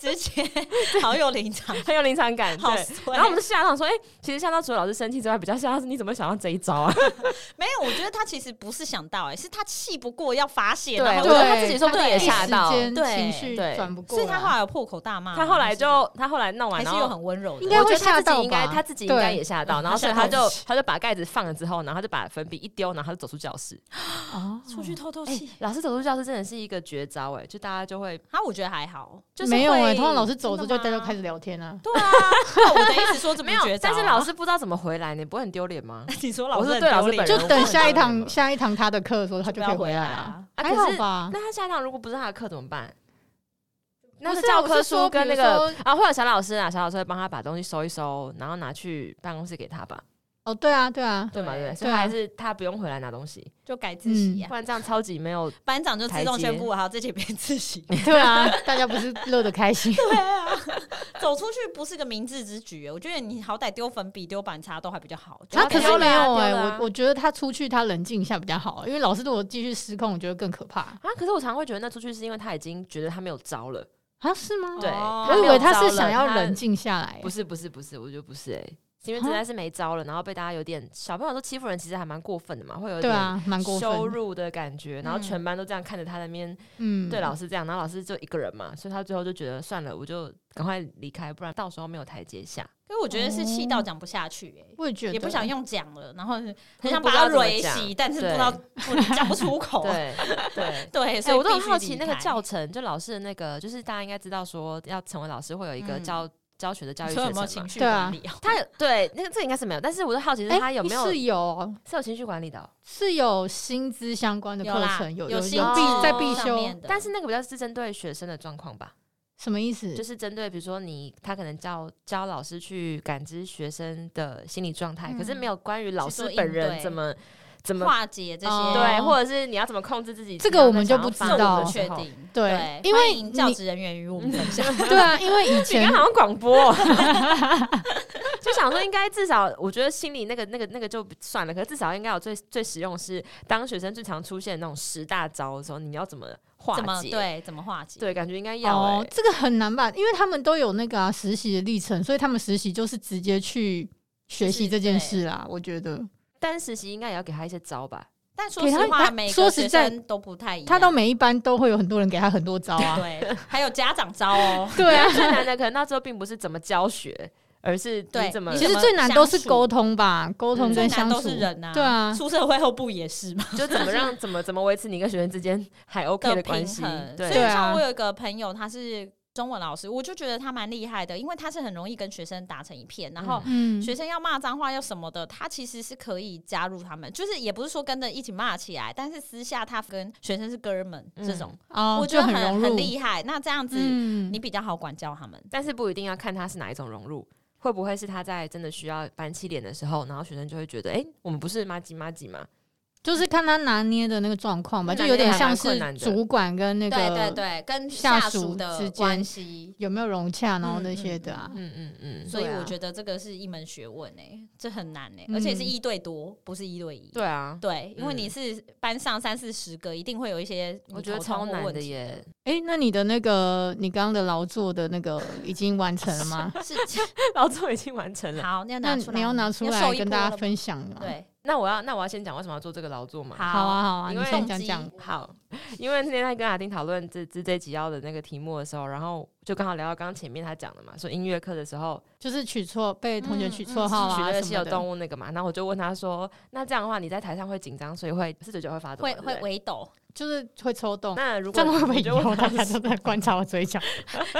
B: 直接 好有临场，
C: 很有临场感。
B: 好
C: 对，
B: 衰。
C: 然后我们就吓到说，哎，其实吓到除了老师生气之外，比较吓到是你怎么会想到 这一招啊？
B: 没有，我觉得他其实不是想到，哎，是他气不过要发泄，
C: 对
B: 然
C: 我
B: 后
C: 觉得他
A: 对
C: 自己说不定
A: 他
C: 也
A: 一
C: 吓
A: 时
C: 到
A: 间
B: 对
A: 情绪
C: 对
A: 转不过
B: 所
A: 来，
B: 以他后来有破口大骂吗。
C: 他后来
B: 还是
C: 就他后来弄完，
B: 啊还是
C: 然后
B: 有很温柔的，
A: 应该
C: 我
A: 会
C: 觉得他
A: 吓
C: 自己
A: 到
C: 应该
A: 吧
C: 他自己应该
A: 对
C: 也吓
B: 嗯
C: 到，然后所以
B: 吓
C: 他
B: 到
C: 就他就把盖子放了之后，然后他就把粉笔一丢，然后他就走出教室。
A: 哦
B: 出去透透
C: 哎
B: 气。
C: 老师走出教室真的是一个绝招哎，就大家就会
B: 他我觉得还好，
C: 就是
A: 没有
C: 哎，
A: 哎，通常老师走着就大
B: 真的
A: 家
B: 吗
A: 开始聊天啊，
B: 对啊。那我的意思说，怎么
C: 没有
B: 绝，招啊
C: 但是老师不知道怎么回来，你不会很丢脸吗？
B: 你说
C: 我
B: 老
C: 是
B: 师很
C: 对老
B: 丢
C: 师本
B: 脸
C: 人
A: 就等下一
C: 我
A: 堂
C: 不
A: 下一堂他的课的时候，他
B: 不
A: 就
B: 要
A: 可以回
B: 回
A: 来
B: 来
A: 啊，
B: 啊
C: 啊
A: 还
C: 可
A: 好
C: 是
A: 吧？
C: 那他下一堂如果不是他的课怎么办？那
A: 不
C: 个
A: 是啊
C: 教
A: 我
C: 科
A: 是
C: 书
A: 说
C: 跟
A: 比
C: 那
A: 如
C: 个
A: 说
C: 啊，会有小老师啊，小老师会帮他把东西收一收，然后拿去办公室给他吧，
A: 哦，对啊，对 啊，
C: 对吗？
B: 对
C: 对，所以
A: 对
C: 他
A: 啊
C: 还是他不用回来拿东西，
B: 就改自习啊
A: 嗯
C: 不。然这样超级没有
B: 班长就自动宣布，
C: 台
B: 好，这节别自 习。
A: 对啊，大家不是乐得开 心，
B: 对啊，走出去不是个明智之举。欸我觉得你好歹丢粉笔、丢板擦都还比较好。
A: 他
C: 他
A: 可
C: 丢
A: 是
C: 了
A: 没
C: 啊
A: 有哎、
C: 丢了啊
A: 我我觉得他出去他冷静一下比较好，啊因为老师如果继续失控，我觉得更可怕。
C: 啊，可是我常会觉得那出去是因为他已经觉得他没有招了，
A: 啊？是吗？
C: 对
B: 哦
A: 我以为他是想
C: 他没有
A: 要啊
C: 招人
A: 冷静下来，
C: 不
A: 是
C: 是不是不是，我觉得不是哎、是因为实在是没招了，然后被大家有点小朋友说欺负人，其实还蛮过分的嘛，会有一
A: 对
C: 点
A: 啊，蛮过
C: 羞
A: 分的。
C: 辱的感觉，然后
B: 嗯
C: 全班都这样看着他那边
A: 嗯，
C: 对老师这样，然后老师就一个人嘛，所以他最后就觉得算了，我就赶快离开，不然到时候没有台阶下，
B: 因为我觉得是气到讲不下去、欸，
A: 哦我也觉得
B: 也不想用讲了，然后是很
C: 就
B: 想
C: 不
B: 把
C: 知道
B: 它
C: 怎么
B: 蕊
C: 讲
B: 洗，但是不
C: 对
B: 知道 不讲不出 口。
C: 对对。
B: 对，所
C: 哎、
B: 以
C: 我都很
B: 必须
C: 好奇
B: 离
C: 那个
B: 开
C: 教程，就老师的那个，就是大家应该知道说要成为老师会有一个
B: 嗯
C: 教、教学的教育
B: 你
C: 学
B: 说有
C: 程
B: 没有
C: 嘛。
B: 情绪
A: 对啊
B: 管理啊？
C: 他有对那个这个应该是没有，但是我就好奇是
A: 哎
C: 他有没有、
A: 是有
C: 是有情绪管理的哦、
A: 是有薪资相关的
B: 有
A: 课
B: 啦
A: 程，有
B: 有
A: 必
B: 薪
C: 资
A: 在必
B: 上
A: 修
B: 面，的
C: 但是那个比较是针对学生的状况吧，
A: 什么意思？
C: 就是针对比如说你他可能教教老师去感知学生的心理状态，可是
B: 嗯
C: 没有关于老
B: 去
C: 师
B: 做
C: 本
B: 应
C: 人
B: 对
C: 怎么怎么
B: 化解这些，
A: 哦
C: 对，或者是你要怎么控制自己，
A: 这个我们就不知
B: 这
A: 道
B: 我
C: 道
B: 不确。定。
A: 对
B: 对，
A: 因为
B: 欢迎教
A: 你
B: 职人员与我们分 享。
A: 对啊，因 为以
C: 你
A: 前
C: 刚好像广播， 就想说应该至少，我觉得心里那个那个那个就算了，可是至少应该有最最实用的是，当学生最常出现那种十大招的时候，你要怎么化
B: 怎么
C: 解？
B: 对？怎么化解？
C: 对，感觉应该要、欸
A: 哦，这个很难吧？因为他们都有那个啊实习的历程，所以他们实习就是直接去学习这件事啦。我觉得
C: 但实习应该也要给他一些招吧？
B: 但说
A: 给
B: 实
A: 他
B: 话，
A: 他
B: 每个
A: 说实
B: 学
A: 在
B: 生都不太一样。
A: 他到每一班都会有很多人给他很多招啊。。
B: 对，还有家长招哦
A: 对啊，
C: 最难的可能到最后并不是怎么教学，而是
B: 对
C: 你怎么
B: 你
A: 其实最难都是沟通吧，沟通
B: 嗯最
A: 跟
B: 难
A: 相
B: 都
A: 处
B: 是。人呐，
A: 对啊
B: 出社会后不也是吗？
C: 就 怎么让怎么怎么维持你跟学生之间还 OK
B: 的
C: 的关
B: 平
C: 系
B: 衡。。所以
C: 对，
A: 对啊
B: 像我有一个朋友，他是中文老师，我就觉得他蛮厉害的，因为他是很容易跟学生打成一片，然后。
A: 嗯，
B: 学生要骂脏话要什么的，他其实是可以加入他们，就是也不是说跟着一起骂起来，但是私下他跟学生是哥们
C: 嗯
B: 这种，
A: 哦，
B: 我觉
A: 就
B: 得很
A: 融入，
B: 很厉害。那这样子、
A: 嗯
B: 你比较好管教他们。
C: 但是不一定要看他是哪一种融入，会不会是他在真的需要板起脸的时候，然后学生就会觉得，哎、我们不是妈吉妈吉嘛？
A: 就是看他拿捏的那个状况吧，
C: 嗯
A: 就有点像
C: 拿捏还蛮困
A: 是
C: 难的
A: 主管跟那
B: 对对
A: 个
B: 对，跟
A: 下属
B: 属的
A: 之间
B: 关系。
A: 有没有融洽，然后
B: 嗯
A: 那些的啊。
C: 嗯嗯嗯，
B: 所以
A: 对啊
B: 我觉得这个是一门学问诶、这很难诶、
A: 嗯
B: 而且是一对多，不是一对一。
C: 对啊，
B: 对，因为
C: 嗯
B: 你是班上三四十个，一定会有一些
C: 我觉得超难的耶。
A: 哎，那你的那个你刚刚的劳作的那个已经完成了 吗？
B: 是
C: 劳作已经完成了。
B: 好，你要
A: 那
B: 拿出来，
A: 你要拿出
B: 受
A: 来
B: 益
A: 跟
B: 波
A: 大
B: 了
A: 家分享啊。
B: 吗。对，
C: 那我要那我要先讲为什么要做这个劳作嘛？
B: 好
A: 好啊，好啊，
C: 因
A: 你
C: 为
A: 先讲讲。
C: 好，因为那天在跟阿丁讨论这这这集要的那个题目的时候，然后就刚好聊到刚刚前面他讲的嘛，说音乐课的时候
A: 就是取错被同学取绰
B: 好
A: 号
C: 取
A: 啊
C: 那个
A: 什
C: 稀
A: 么
C: 有
A: 的。
C: 动物那个嘛，然后我就问他说，那这样的话你在台上会紧张，所以会四九九会发抖嘛，
B: 会
C: 对不
B: 会
C: 对
B: 围抖，
A: 就是会抽动。
C: 那如
A: 这
C: 果
A: 样会不会
C: 我
A: 以
C: 就问
A: 后
C: 他
A: 大家都在观察我嘴角？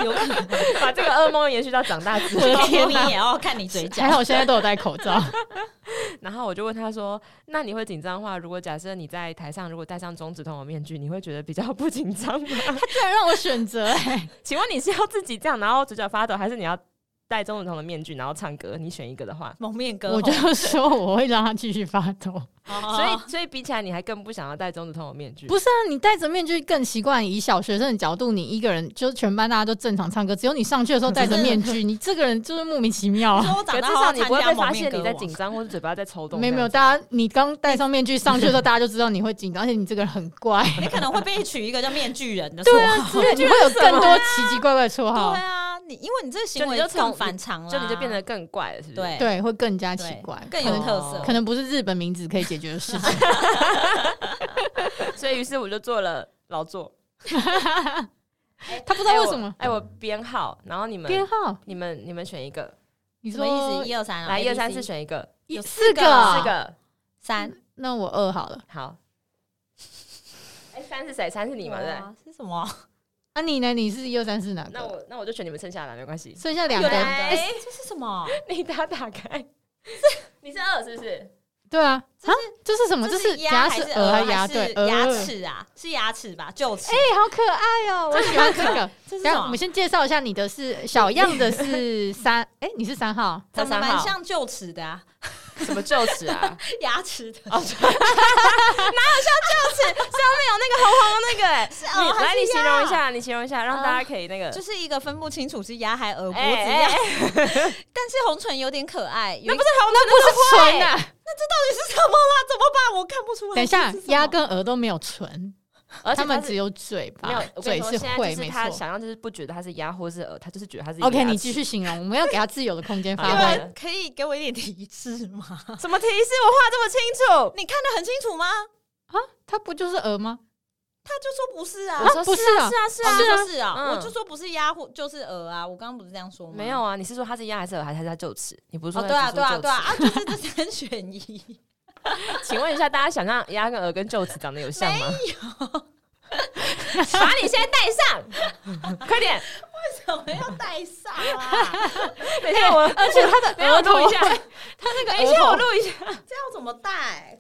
B: 有可能
C: 把这个噩梦延续到长大之
A: 我的
C: 后，
A: 天
B: 你
A: 哪
B: 也要看你嘴
A: 还
B: 角。
A: 好现在都有戴口罩。
C: 然后我就问他说：“那你会紧张的话，如果假设你在台上如果戴上中指筒的面具，你会觉得比较不紧张 吗？
A: 居然让我选 择、哎，
C: 请问你是要自己这样，然后嘴角发抖，还是你要戴中指筒的面具，然后唱歌？你选一个的话，
B: 蒙面歌
A: 我
B: 后，
A: 就说我会让他继续发抖。
C: 所
B: 所
C: 以所以比起来，你还更不想要戴中指筒的面具。”
A: 不是啊，你戴着面具更习惯。以小学生的角度，你一个人就是全班大家都正常唱歌，只有你上去的时候戴着面具，你这个人就是莫名其妙 啊。
B: 说我
C: 可
B: 长
C: 至
B: 大后
C: 少你
B: 参
C: 不会
B: 加
C: 被
B: 蒙
C: 发
B: 面
C: 现
B: 歌
C: 你在紧
B: 王，
C: 张或者嘴巴在抽动。
A: 没有没有，
C: 这样
A: 大家你刚戴上面具上去的时候，大家就知道你会紧张，而且你这个人很怪，
B: 你可能会被取一个叫面具人的
A: 对啊
B: 绰号。
A: 你会有更多奇奇怪怪的绰号
B: 对，啊，你因为你这个行
C: 就
B: 为
C: 你就
B: 更
C: 从
B: 反常了，
C: 就你就变得更怪了，是不是？
B: 对
A: 对，会更加奇
B: 对
A: 怪，
B: 更
A: 可
B: 有
A: 能
B: 特色。
A: 可能不是日本名字可以解决的事情。
C: 所以于是我就做了劳作。
A: 他不知道为什 么
C: 哎，我哎哎我编号，然后你们
A: 编号，
C: 你们你们选一个，
A: 你
B: 什
A: 说
B: 么意思？一二三，
C: 来
B: A,
C: 一
B: B,
C: 二三
B: C
C: 四选一个，
A: 一
B: 有
A: 四
B: 四个啊
A: 个
C: 四个。
B: 三，
A: 那我二好了。
C: 好。 哎、三是谁？三是你嘛，对不对？
B: 哇是什么？
A: 啊，你呢？你是一二三四哪
C: 那
A: 个？
C: 我那我就选你们剩下的，没 关系。
A: 剩下两
C: 有
A: 个
C: 人，
B: 哎、这是什么？
C: 你打打开，你是二是不是？
A: 对啊，啊，这是什么？这
B: 是
A: 是
B: 鸭
A: 牙
B: 还
A: 齿、
B: 是
A: 鹅
B: 还
A: 还牙？对，
B: 是牙
A: 鹅。
B: 齿啊？是牙齿吧？臼齿。
A: 哎，好可爱哦！我喜欢这个。
B: 这 是
A: 等
B: 什
A: 一下我
B: 么
A: 们？先介绍一下，你的是小样的是三，哎，你是三号，
C: 他
B: 长得
C: 三
B: 蛮
C: 号，
B: 像臼齿的啊，
C: 什么臼齿啊？
B: 牙齿的。
C: 哦，哪有像臼齿？上面有那个红红的那个、哎
B: 是哦
C: 你
B: 还
C: 来，
B: 是
C: 你形容一
B: 鸭
C: 下，你形容一下，让大家可以那个。
B: 就是一个分不清楚是鸭还鹅脖子
C: 哎
B: 一
C: 哎
B: 样，
C: 哎
B: 但是红唇有点可爱。那
C: 那不是红唇，
A: 不是唇啊！
B: 到底是什么啦？怎么办？我看不出来。
A: 等一下
B: 这是，什么
A: 鸭跟鹅都没有唇，
C: 而且
A: 他们
C: 是
A: 只有嘴
C: 没有
A: 巴，，
C: 我跟
A: 嘴
C: 你说，现在
A: 会，
C: 就是
A: 没
C: 他
A: 错。
C: 想要，就是不觉得他是鸭或是鹅，他就是觉得他是。
A: OK，你继。续形容，我们要给他自由的空间发
C: 好
B: 因
C: 吧
A: 挥。
B: 为可以给我一点提示吗？
C: 什么提示？我画这么清楚？
B: 你看得很清楚吗？
A: 他不就是鹅吗？
B: 他就说不是啊
C: 我，说
A: 不
C: 是
A: 是
C: 啊，
A: 啊
C: 是啊，
B: 哦
C: 是
B: 你
C: 啊，
B: 说是啊，
C: 嗯
B: 我就说不是鸭或就是鹅啊，我刚刚不是这样说吗？
C: 没有啊，你是说它是鸭还是鹅，还是它臼齿？你不是
B: 哦，
C: 说
B: 对啊，
C: 它是
B: 对
C: 说
B: 啊，对啊，
C: 臼
B: 啊，就是这三选一。
C: 齿？请问一下，大家想让鸭跟鹅跟臼齿长得有像吗？没有，把你现在戴 上，快点！
B: 怎么要带上啊？
C: 等一下我，哎而且它 的
A: 额头
C: 录一下，它那个，等一下我录一下，
B: 这要怎么戴？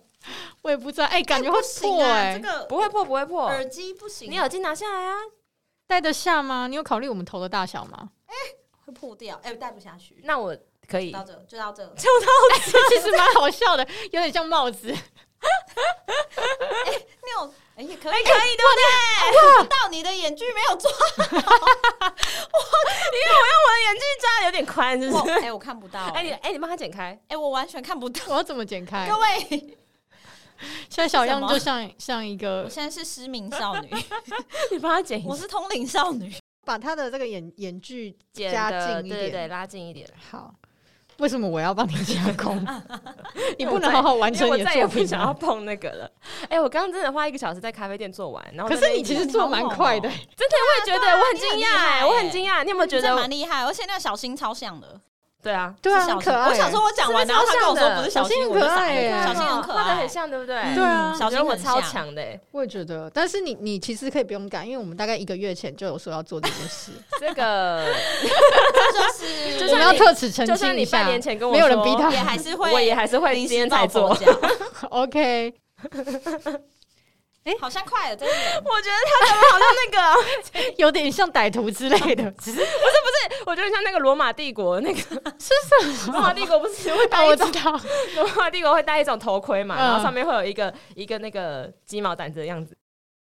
A: 我也不知道，哎，感觉会
B: 不行
A: 破
B: 啊，这
A: 哎，
B: 个
C: 不会破，不会破。
B: 耳机不行，
C: 你耳机拿下来啊！
A: 戴得下吗？你有考虑我们头的大小吗？
B: 会破掉，哎，戴不下去。
C: 那我可以
B: 到这就到这，哎，
A: 其实蛮好笑的，有点像帽子。
B: 你有哎也可以，可以对不对？到你的眼距没有抓
C: 我的眼睛抓的有点宽，是不
B: 我，
C: 是？
B: 哎，我看不到，
C: 哎，你
B: 哎，
C: 哎，你帮他剪开。
B: 哎，我完全看不到。
A: 我要怎么剪开？
B: 各位，
A: 现在小样
B: 什么
A: 就像像一
B: 我
A: 个
B: 现在是失明少女，
C: 你帮他剪
B: 我是通灵少女。
A: 把啊他的这个眼眼距
C: 剪
A: 加
C: 的，
A: 近一
C: 对对
A: 点
C: 对，拉近一点，
A: 好。为什么我要帮你加 工？你不能好好完
C: 因为
A: 成
C: 我
A: 你的
C: 再也
A: 作
C: 不
A: 品啊
C: 想要
A: 吗？
C: 碰那个了。啊哎、我刚刚真的花一个小时在咖啡店做完，然后
A: 可
C: 在
A: 是
C: 那
A: 你
C: 一
A: 其
C: 直
A: 实做蛮快的，欸
C: 真的我也觉得我很
B: 你
C: 惊
B: 很厉
C: 讶、
B: 害
C: 哎，我很
B: 欸
C: 惊讶。你有没有觉
B: 这
C: 得
B: 蛮？厉害，而且那小新超像的，
C: 对啊，
A: 对啊，
B: 是
A: 很
B: 小新
A: 可爱。
B: 我想说，我讲完，
C: 真
B: 然
C: 的
B: 后他跟我
C: 超
B: 说
C: 像的
B: 不是小
A: 小
B: 新，
A: 新
B: 我
A: 很
B: 就
A: 可
B: 傻
A: 爱
B: 眼
A: 耶
B: 小新很可
C: 画的
B: 爱
C: 啊很，像，对不对？
A: 对啊
C: 我
B: 小
C: 觉得
B: 新
C: 我
B: 很
C: 超
B: 像
C: 强的、哎
A: 我也觉得，但是你你其实可以不用改，因为我们大概一个月前就有说要做这件事，
C: 这个
B: 这就是
C: 就
A: 我
C: 算
A: 们要
C: 你
A: 特 此澄
C: 就
A: 清
C: 算
A: 一
C: 你
A: 下。
C: 半年前跟我
A: 没有人
C: 说
A: 逼他
B: 也还是会，
C: 我也还是会今
B: 临时
C: 天
B: 抱
C: 才
B: 佛
C: 做。
B: 脚
A: OK，
B: 好像快了，真的。
C: 我觉得他怎么好像 那个啊、
A: 有点像歹徒之类 的，只是
C: 我觉得像那个罗马帝国那个
A: 是什么？
C: 罗马帝国不是会
A: 啊，
C: 戴一
A: 我
C: 种
A: 知道，
C: 罗马帝国会戴一种头盔嘛，
A: 嗯
C: 然后上面会有一个一个那个鸡毛掸子的样子。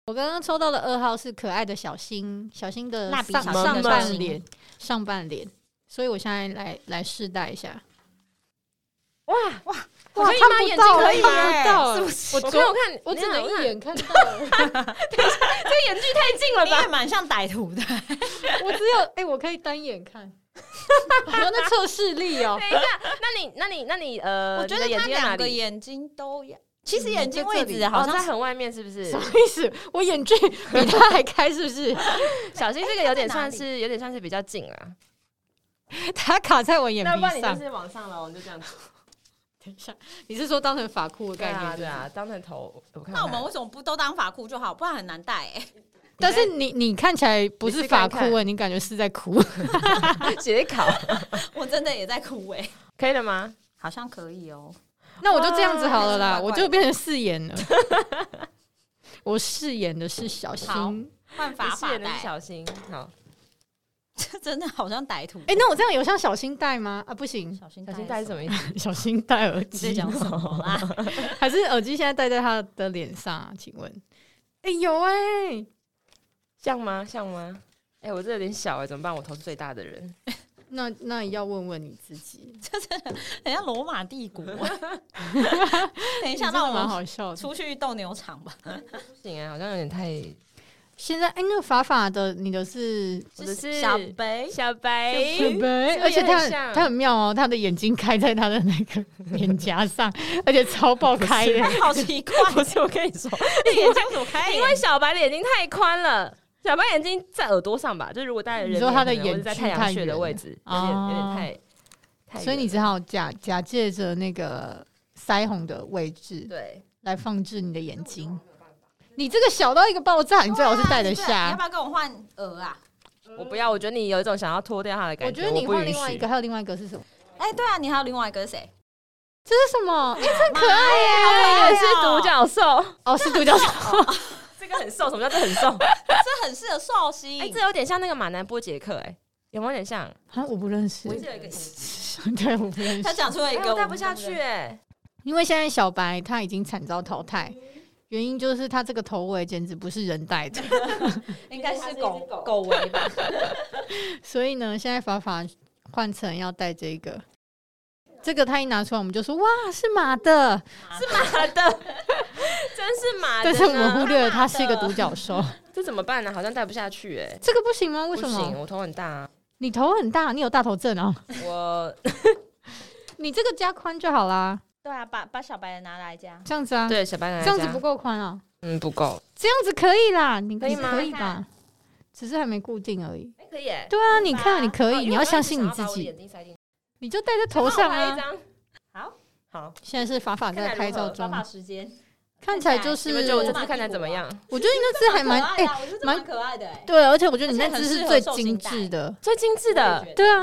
A: 我刚刚抽到的二号是可爱的小新，小新的
B: 蜡
A: 上
B: 笔
A: 上
B: 小
A: 上
C: 新的小
A: 半
B: 新
A: 脸，上半脸，所以我现在来来试戴一下。
C: 哇哇哇！
A: 看不到，
C: 可以吗？
A: 看不到，
B: 是
A: 不是？我
C: 我
A: 只有
C: 我看
A: 我只能
C: 看
A: 一眼看到了，
C: 这个眼距太近了
B: 你也
C: 吧？
B: 蛮像歹徒的，
A: 我只有哎，我可以单眼看， 好像在测视力哦。
C: 等一下，那你那你那你呃，
B: 我觉得
C: 你的眼
B: 他
C: 睛在哪
B: 两个
C: 里？
B: 眼睛都要，其实
A: 嗯
B: 眼睛
A: 在这
B: 位
A: 里
B: 置好
C: 哦
B: 像
C: 在
B: 是
C: 很外面是不是
A: 什？么意思？我眼距比他还开，是不是？
C: 小心这个有点
B: 它在哪
C: 算
B: 里
C: 是有点算是比较近了。
A: 他卡在我眼
C: 那不然
A: 皮
C: 你
A: 上
C: 就。是往上了，我们就这样子。
A: 等一下，你是说当成法裤的
C: 对
A: 概念
C: 啊
A: 是不
C: 对
A: 是？
C: 啊，当成头。我看看
B: 那我们为什么不都当法裤就好？不然很难戴、欸。
A: 但是你你看起来不
C: 你
A: 是
C: 试
A: 法
C: 看
A: 裤
C: 看
A: 哎，你感觉是在哭。
C: 解考
B: 我真的也在哭哎、
C: 可以了吗？
B: 好像可以哦、
A: 那我就这样子好了
B: 哇
A: 啦，我
B: 还是怪怪的
A: 就变成四眼了。 我饰演的是小
B: 好
A: 新。
B: 换
C: 你
B: 法
C: 饰
B: 法
C: 演的是
B: 戴，
C: 小心，好，
B: 这真的好像歹徒。
A: 哎、那我这样有像小新戴吗？啊，不行，
B: 小心
C: 小心
B: 戴
C: 戴是什
B: 么？
C: 么意思？
A: 小新戴耳
B: 你在
A: 机，哦
B: 讲什么啊啦？
A: 还是耳机现在戴在他的脸上、啊？请问，哎、有哎、
C: 像吗？像吗？哎，我这有点小哎，怎么办？我头是最大的人。
A: 那那也要问问你自己。
B: 等一下罗马帝国。等一
A: 你
B: 下，
A: 真的
B: 那我
A: 蛮
B: 们
A: 好笑的。
B: 出去斗牛场吧。
C: 不行啊，好像有点太。
A: 现在哎、那个法法的你的是
C: 我的是
B: 小白，
C: 小白，
A: 准备，
C: 是不
A: 而
C: 是也
A: 且他
C: 很
A: 很
C: 像
A: 他很妙哦，他的眼睛开在他的那个脸颊上，而且超爆开的。
B: 好奇怪，
C: 不是我跟你说，
B: 你眼睛怎么开？啊
C: 因为小白的眼睛太宽了。小白眼睛在耳朵上吧，就是如果戴在人
A: 你
C: 脸
A: 说他的
C: 可能
A: 眼
C: 会在
A: 距
C: 太
A: 太
C: 阳穴
A: 远
C: 的
A: 了
C: 位置，有点有点
A: 哦
C: 太太远了。
A: 所以你只好假假借着那个腮红的位置
C: 对
A: 来放置你的眼睛。你这个小到一个爆炸，你最好是戴得
B: 对啊你要
A: 下
B: 不。要跟我换额啊？
C: 我不要，我觉得你有一种想要脱掉他的感
A: 我
C: 觉。
A: 觉得你
C: 不
A: 换
C: 允
A: 另外
C: 许
A: 一个，，还有另外一个是什么？
B: 哎，对啊，你还有另外一个是 谁？
A: 这是什么？哎，这
B: 可爱
C: 我也是独，角兽，
A: 哦，是独角兽。
C: 这个很瘦，什么叫这很 瘦？
B: 这很适合寿星。
C: 哎，这有点像那个马南波杰克，哎，有没有点像？
A: 啊，我不认识
C: 我。记得有一个影子，
A: 对，我不认识
B: 他。讲出了一
C: 哎
B: 个
C: 我
B: 我
C: 戴不下去，哎，
A: 因为现在小白他已经惨遭淘汰，原因就是他这个头围简直不是人戴的。
B: 应该是狗
C: 因为它是一只狗
B: 狗围 吧？
A: 所以呢，现在法法换成要戴这个，这个他一拿出来，我们就说哇，是马的，
C: 是马的，真是马
A: 但
C: 的呢，
A: 是我们忽略了它是一个独角 兽，
C: 这怎么办呢？好像戴不下去哎、
A: 这个不行吗？为什
C: 不行，
A: 么？
C: 我头很大、啊，
A: 你头很大，你有大头症 啊？
C: 我
A: 你这个加宽就好啦，
B: 对啊，把把小白的拿来加。
A: 这样子啊，
C: 对小白奶奶
A: 这样子
C: 家
A: 不够宽啊，
C: 嗯不够，
A: 这样子可以啦，你
C: 可以
A: 你
C: 吗
A: 可以吧？只是还没固定而已。
C: 哎、可以哎、
A: 对啊，
B: 可以
A: 你
B: 吧
A: 看，你可
C: 哦
A: 以，
C: 因为
A: 你
C: 我刚刚
A: 相
C: 只
A: 信
C: 想
A: 你
C: 要
A: 自
C: 把我
A: 己，
C: 眼睛塞进去
A: 你就戴在头上
C: 然后我拍一
A: 啊。
C: 张
B: 好，
C: 好，
A: 现在是法法
B: 看起
A: 在
B: 来
A: 拍
B: 如何
A: 照中
B: 抓，法时间，
A: 看起来就
B: 你
A: 是
C: 你
B: 们
C: 们觉
B: 就
C: 得我这
B: 马
C: 次看起来
B: 屁股
C: 怎么
B: 啊
C: 样？
A: 我觉得你那只还蛮
B: 可爱
A: 哎、
B: 的啊，我觉得这
A: 蛮
B: 蛮可爱的哎。
A: 对，而且我觉得你
B: 而
A: 那
B: 且很
A: 只是
B: 适合
A: 最
B: 塑
A: 精
B: 形
A: 致
B: 带
A: 的，
C: 最精致的
B: 我也觉得
A: 对啊，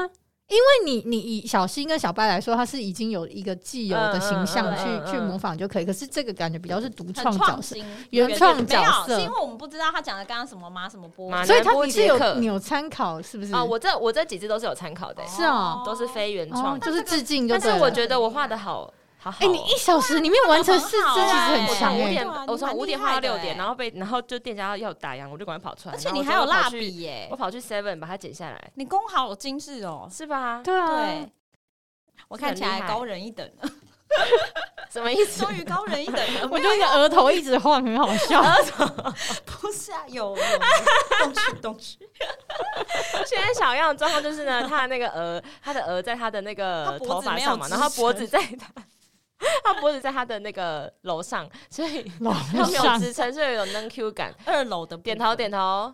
A: 因为你你以小新跟小白来说，它是已经有一个既有的形象
C: 嗯嗯
A: 去、
C: 嗯嗯
A: 去模仿就可以，可是这个感觉比较是独
B: 很
A: 创角色，
B: 新，
A: 原创角色
B: 没有，是因为我们不知道他讲的刚刚什么妈什么波，
C: 马
A: 所以它
C: 南波
A: 你
C: 杰
A: 是有
C: 克
A: 你有参考是不是？
C: 啊、我这我这几只都是有参考的、欸
A: 是哦
C: 都是非原
A: 哦
C: 创，的。
A: 就是致敬就
C: 但
A: 对
C: 是
A: 了。
C: 我觉得我画的好好好
A: 哎、
C: 哦。
A: 你一小时里面完成四
B: 那
A: 只
B: 个
A: 其
B: 很
A: 实
B: 好
A: 很强
B: 哎
C: 我从五
A: 哎、
C: 点，
B: 对啊
C: 我从
B: 你蛮
C: 五点
B: 厉害
C: 画
B: 的
C: 到六
B: 欸
C: 点，然后被然后就店家要打烊，我就赶快跑出来。
B: 而且
C: 然后
B: 你
C: 我
B: 还
C: 就
B: 有
C: 跑
B: 蜡
C: 去
B: 笔耶
C: 我，跑去 Seven 把它剪下来，
B: 你工好精致哦。
C: 是吧？
A: 对啊，
B: 对，我看起来高人一等 了，
C: 什么意思？
B: 终于高人一等了。
A: 我
B: 没
A: 觉
B: 有
A: 得你的额头一直晃，很好 笑。
B: 不是啊，有有有动去动去，
C: 现在小样的状况就是呢，他那个额，他的额在他的那
B: 他脖
C: 个
B: 子
C: 头发上嘛，
B: 没有支撑
C: 然后脖子在他，他脖子在他的那个楼上，所以
A: 老
C: 他没有
A: 上
C: 支撑，所以有能 Q 感。
B: 二楼的部分
C: 点头，点头，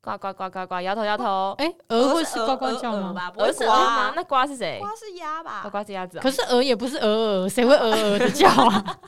C: 呱呱呱呱呱，摇头摇头。
A: 哎，
B: 鹅
A: 鹅会是呱呱叫
B: 鹅
A: 吗？
B: 鹅吧？不
C: 儿
B: 会
C: 子
B: 呱
C: 儿吗
B: 啊？，
C: 那瓜是谁？
B: 呱是鸭吧
C: 呱？呱是鸭子哦。
A: 可是鹅也不是鹅鹅，谁会鹅鹅的叫 啊？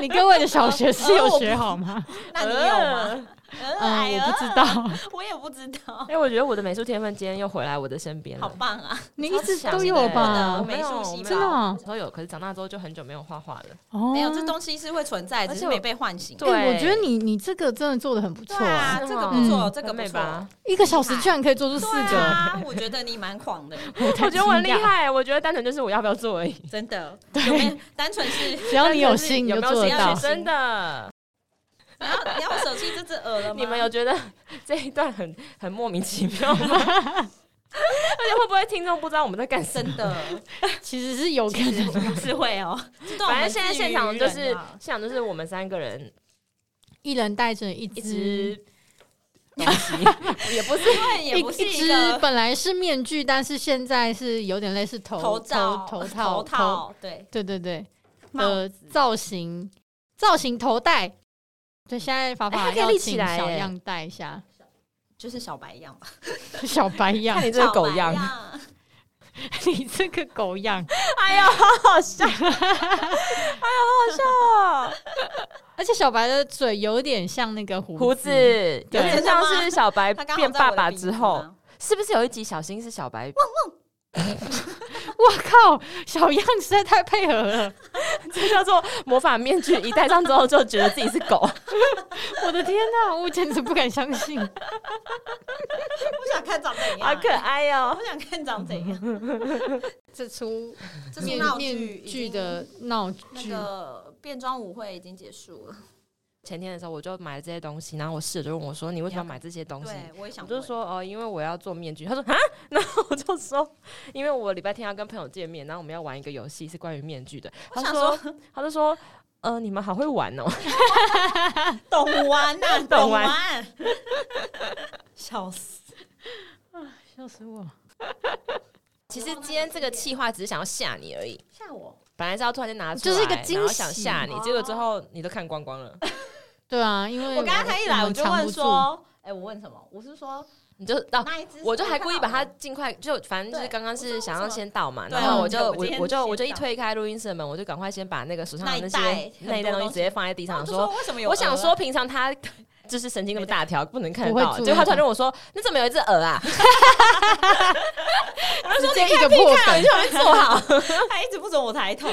A: 你各位的小学是有学好 吗？
B: 那你有吗？呃
A: 嗯，
B: 哎
A: 我
B: 呀
A: 不，知道，
B: 我也不知道，
C: 哎、我觉得我的美术天分今天又回来我的身边
B: 好
C: 了。
B: 棒啊！
A: 你一直
C: 强欸
A: 都
C: 的
A: 有
B: 我
A: 吧？
B: 美术系
C: 没有
A: 真的啊
C: 小时候有，可是长大之后就很久没有画画了。
A: 哦
B: 没有，这东西是会存在，
C: 而且
B: 只
C: 我
B: 是没被唤醒。
C: 对
A: 哎，我觉得你你这个真的做的很不错
B: 对啊，
A: 啊，
C: 是
B: 这个
C: 哦
B: 不错，
A: 嗯
B: 这个
C: 很
B: 不
C: 美
B: 错。
C: 吧？
A: 一个小时居然可以做出四
B: 对
A: 个，
B: 啊，我觉得你蛮狂的，
A: 我太
C: 我觉得我很厉
A: 惊讶。
C: 害，我觉得单纯就是我要不要做而已。
B: 真的。有没有单纯是
A: 只要你有
C: 就是
A: 心，你
C: 有
A: 就
C: 没有
A: 做得
C: 兴趣
A: 到。
C: 真的。
B: 你要你要我舍弃这只鹅了吗？
C: 你们有觉得 这一段很很莫名其 妙吗？而且会不会听众不知道我们在干什么？
B: 真 的
A: 其实是有可
B: 其实
A: 能，
B: 不是会哦。
C: 反正现在现场就是
B: 这段
C: 现
B: 我们
C: 场就是我们三个人
A: 一人带着一
C: 一
A: 只
C: 只
B: 嗯
C: 东西，也不是
B: 自娱人啊，因为
A: 一
B: 也不是
A: 一只
B: 个
A: 本来是面具，但是现在是有点类似头
B: 头罩、
A: 头
B: 头
A: 套、
B: 套，对，
A: 对对对，
B: 帽
A: 呃，造型造型头戴，对，现在法
C: 哎
A: 法
C: 它可以
A: 要
C: 立
A: 请
C: 起来
A: 小
C: 耶
A: 样戴一下，
B: 就是小白样嘛，
A: 小白样
C: 看，你这个
B: 小
C: 狗
B: 白
C: 样，
B: 样。
A: 你这个狗样，
C: 哎呀，好好笑，哎呀，好 好笑哦！
A: 而且小白的嘴有点像那个胡
C: 胡
A: 子
C: 子，有点
B: 真的
C: 像
B: 吗
C: 是小白
B: 他刚好
C: 变
B: 在我
C: 爸
B: 的
C: 爸
B: 鼻子
C: 之后，
B: 吗，
C: 是不是有一集小新是小白？
A: 我靠，小样实在太配合了，
C: 这 叫做魔法面具，一戴上之后就觉得自己是狗。
A: 我的天哪，我简直不敢相信，
B: 我想看长怎样，
C: 好可爱哟、
B: 我想看长怎 样。
A: 这出
B: 这是
A: 面
B: 闹剧
A: 面
B: 已
A: 具
B: 经
A: 的闹
B: 那
A: 剧，
B: 个变装舞会已经结束了，
C: 前天的时候我就买了这些东西，然后我室友就问我说：“你为什么要买这些东西
B: 对我也？”
C: 我
B: 想问，
C: 就说：“哦，因为我要做面具。”他说：“啊。” 然后我就说：“因为我礼拜天要跟朋友见面，然后我们要玩一个游戏，是关于面具的。”
B: 我
C: 他
B: 想
C: 说：“他就说，呃，你们好会玩哦。”
B: 懂 玩呐，
C: 懂
B: 懂
C: 玩
B: 玩，啊 笑死。
A: 笑死我。
C: 其实今天这个气话只是想要吓你而已，
B: 吓我！
C: 本来是要突然间拿出
A: 就
C: 来，
A: 是一个惊喜
C: 然后想吓你
B: 哦，
C: 结果之后你都看光光了，
A: 对啊，因为
B: 我刚刚他一来，
A: 我
B: 我
A: 们
B: 就
A: 藏
B: 问
A: 不住，
B: 说：“哎，我问什么？我是说
C: 你就到。
B: 那一只是
C: 啊我就还故意把它
B: 看到
C: 尽快，就反正就是
B: 对
C: 刚刚是想要先到嘛，
B: 我说
C: 然后我
B: 为什
C: 就
B: 么
C: 我
B: 对啊
C: 我
B: 我
C: 就
B: 就
C: 我就一
B: 先到
C: 推开录音室的门，我就赶快先把那个手上的那
B: 那
C: 些
B: 一袋
C: 那一
B: 很
C: 袋
B: 多
C: 东西
B: 东
C: 直
B: 西
C: 接放在地
B: 的，然
C: 上，
B: 后就
C: 说
B: 说为什么有？啊
C: 我想说，平常他就是神经那么大条，不能看得
A: 不会
C: 到，
A: 注意
C: 结果他突
A: 到
C: 然跟我说：“你怎么有一只鹅啊
A: 直接一个破梗。？”
C: 坐 好，
B: 他一直不准我抬 头，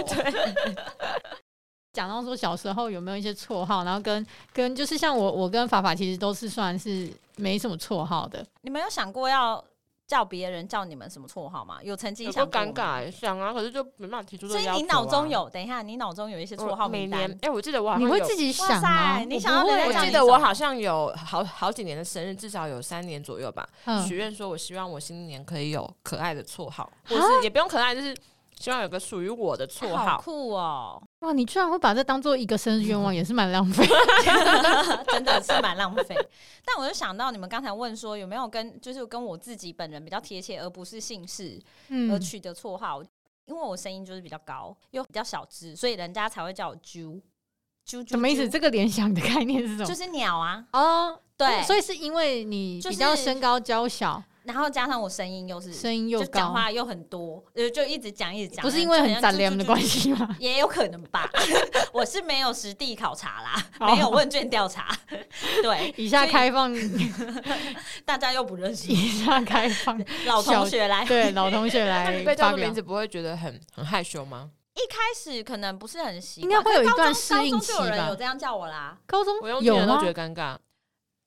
A: 讲到说小时候有没有一些绰号，然后跟跟就是像我，我跟法法其实都是算是没什么绰号的。
B: 你们有想过要叫别人叫你们什么绰号吗？有曾经
C: 有
B: 想
C: 多
B: 过
C: 尴
B: 吗？
C: 尬？想啊，可是就没办法提出这
B: 所
C: 个
B: 以
C: 要求啊。
B: 你脑中有，等一下，你脑中有一些绰号
C: 我每
B: 名
C: 年
B: 单，
C: 哎，我记得我好像
A: 你会
C: 有
A: 自己
B: 哇
A: 想
B: 塞
A: 吗？
B: 你
A: 我
B: 想要
A: 不
B: 别人
A: 会
C: 我
B: 叫
C: 记
B: 你
C: 得
B: 什
C: 我
B: 么
C: 好像有好好几年的生日，至少有三年左右吧。
A: 嗯
C: 许愿说，我希望我新年可以有啊可爱的绰号，或是也不用可爱，就是希望有个属于我的绰
B: 好
C: 号。
B: 酷哦！
A: 哇，你居然会把这当做一个生日愿望，也是蛮浪费。
B: 真的是蛮浪费。但我就想到你们刚才问说有没有跟就是跟我自己本人比较贴切，而不是姓氏而
A: 嗯，
B: 取的绰号，因为我声音就是比较高，又比较小只，所以人家才会叫我啾啾啾。
A: 什么意思？
B: 啾
A: 这个联想的概念是什么？
B: 就是鸟啊，
A: 哦，
B: 对。
A: 所以是因为你
B: 就
A: 比较
B: 是
A: 身高娇小，
B: 然后加上我声音又是
A: 声音
B: 就
A: 又
B: 讲
A: 高，
B: 话又很多，呃，就一直讲一直讲，
A: 不是因为很
B: 展
A: 展脸的关，系吗？
B: 也有可能吧。 我是没有实地考察啦，
A: 哦
B: 没有问卷调查， 对，
A: 以下
B: 所以
A: 开放，
B: 大家又不认识
A: 以下开放，
B: 老同学来。
A: 对老同学
C: 那
A: 来
C: 你被叫
A: 发
C: 这个
A: 表
C: 名。字不会觉得很很害羞吗？
B: 一开始可能不是很习
A: 应
B: 惯，
A: 该会有一
B: 高
A: 段
B: 中
A: 适应期
B: 高中就有人有
A: 吧。
B: 这样叫我啦。
A: 高
C: 我用
A: 中
C: 别
A: 有
C: 人都
A: 吗
C: 觉？得尴尬，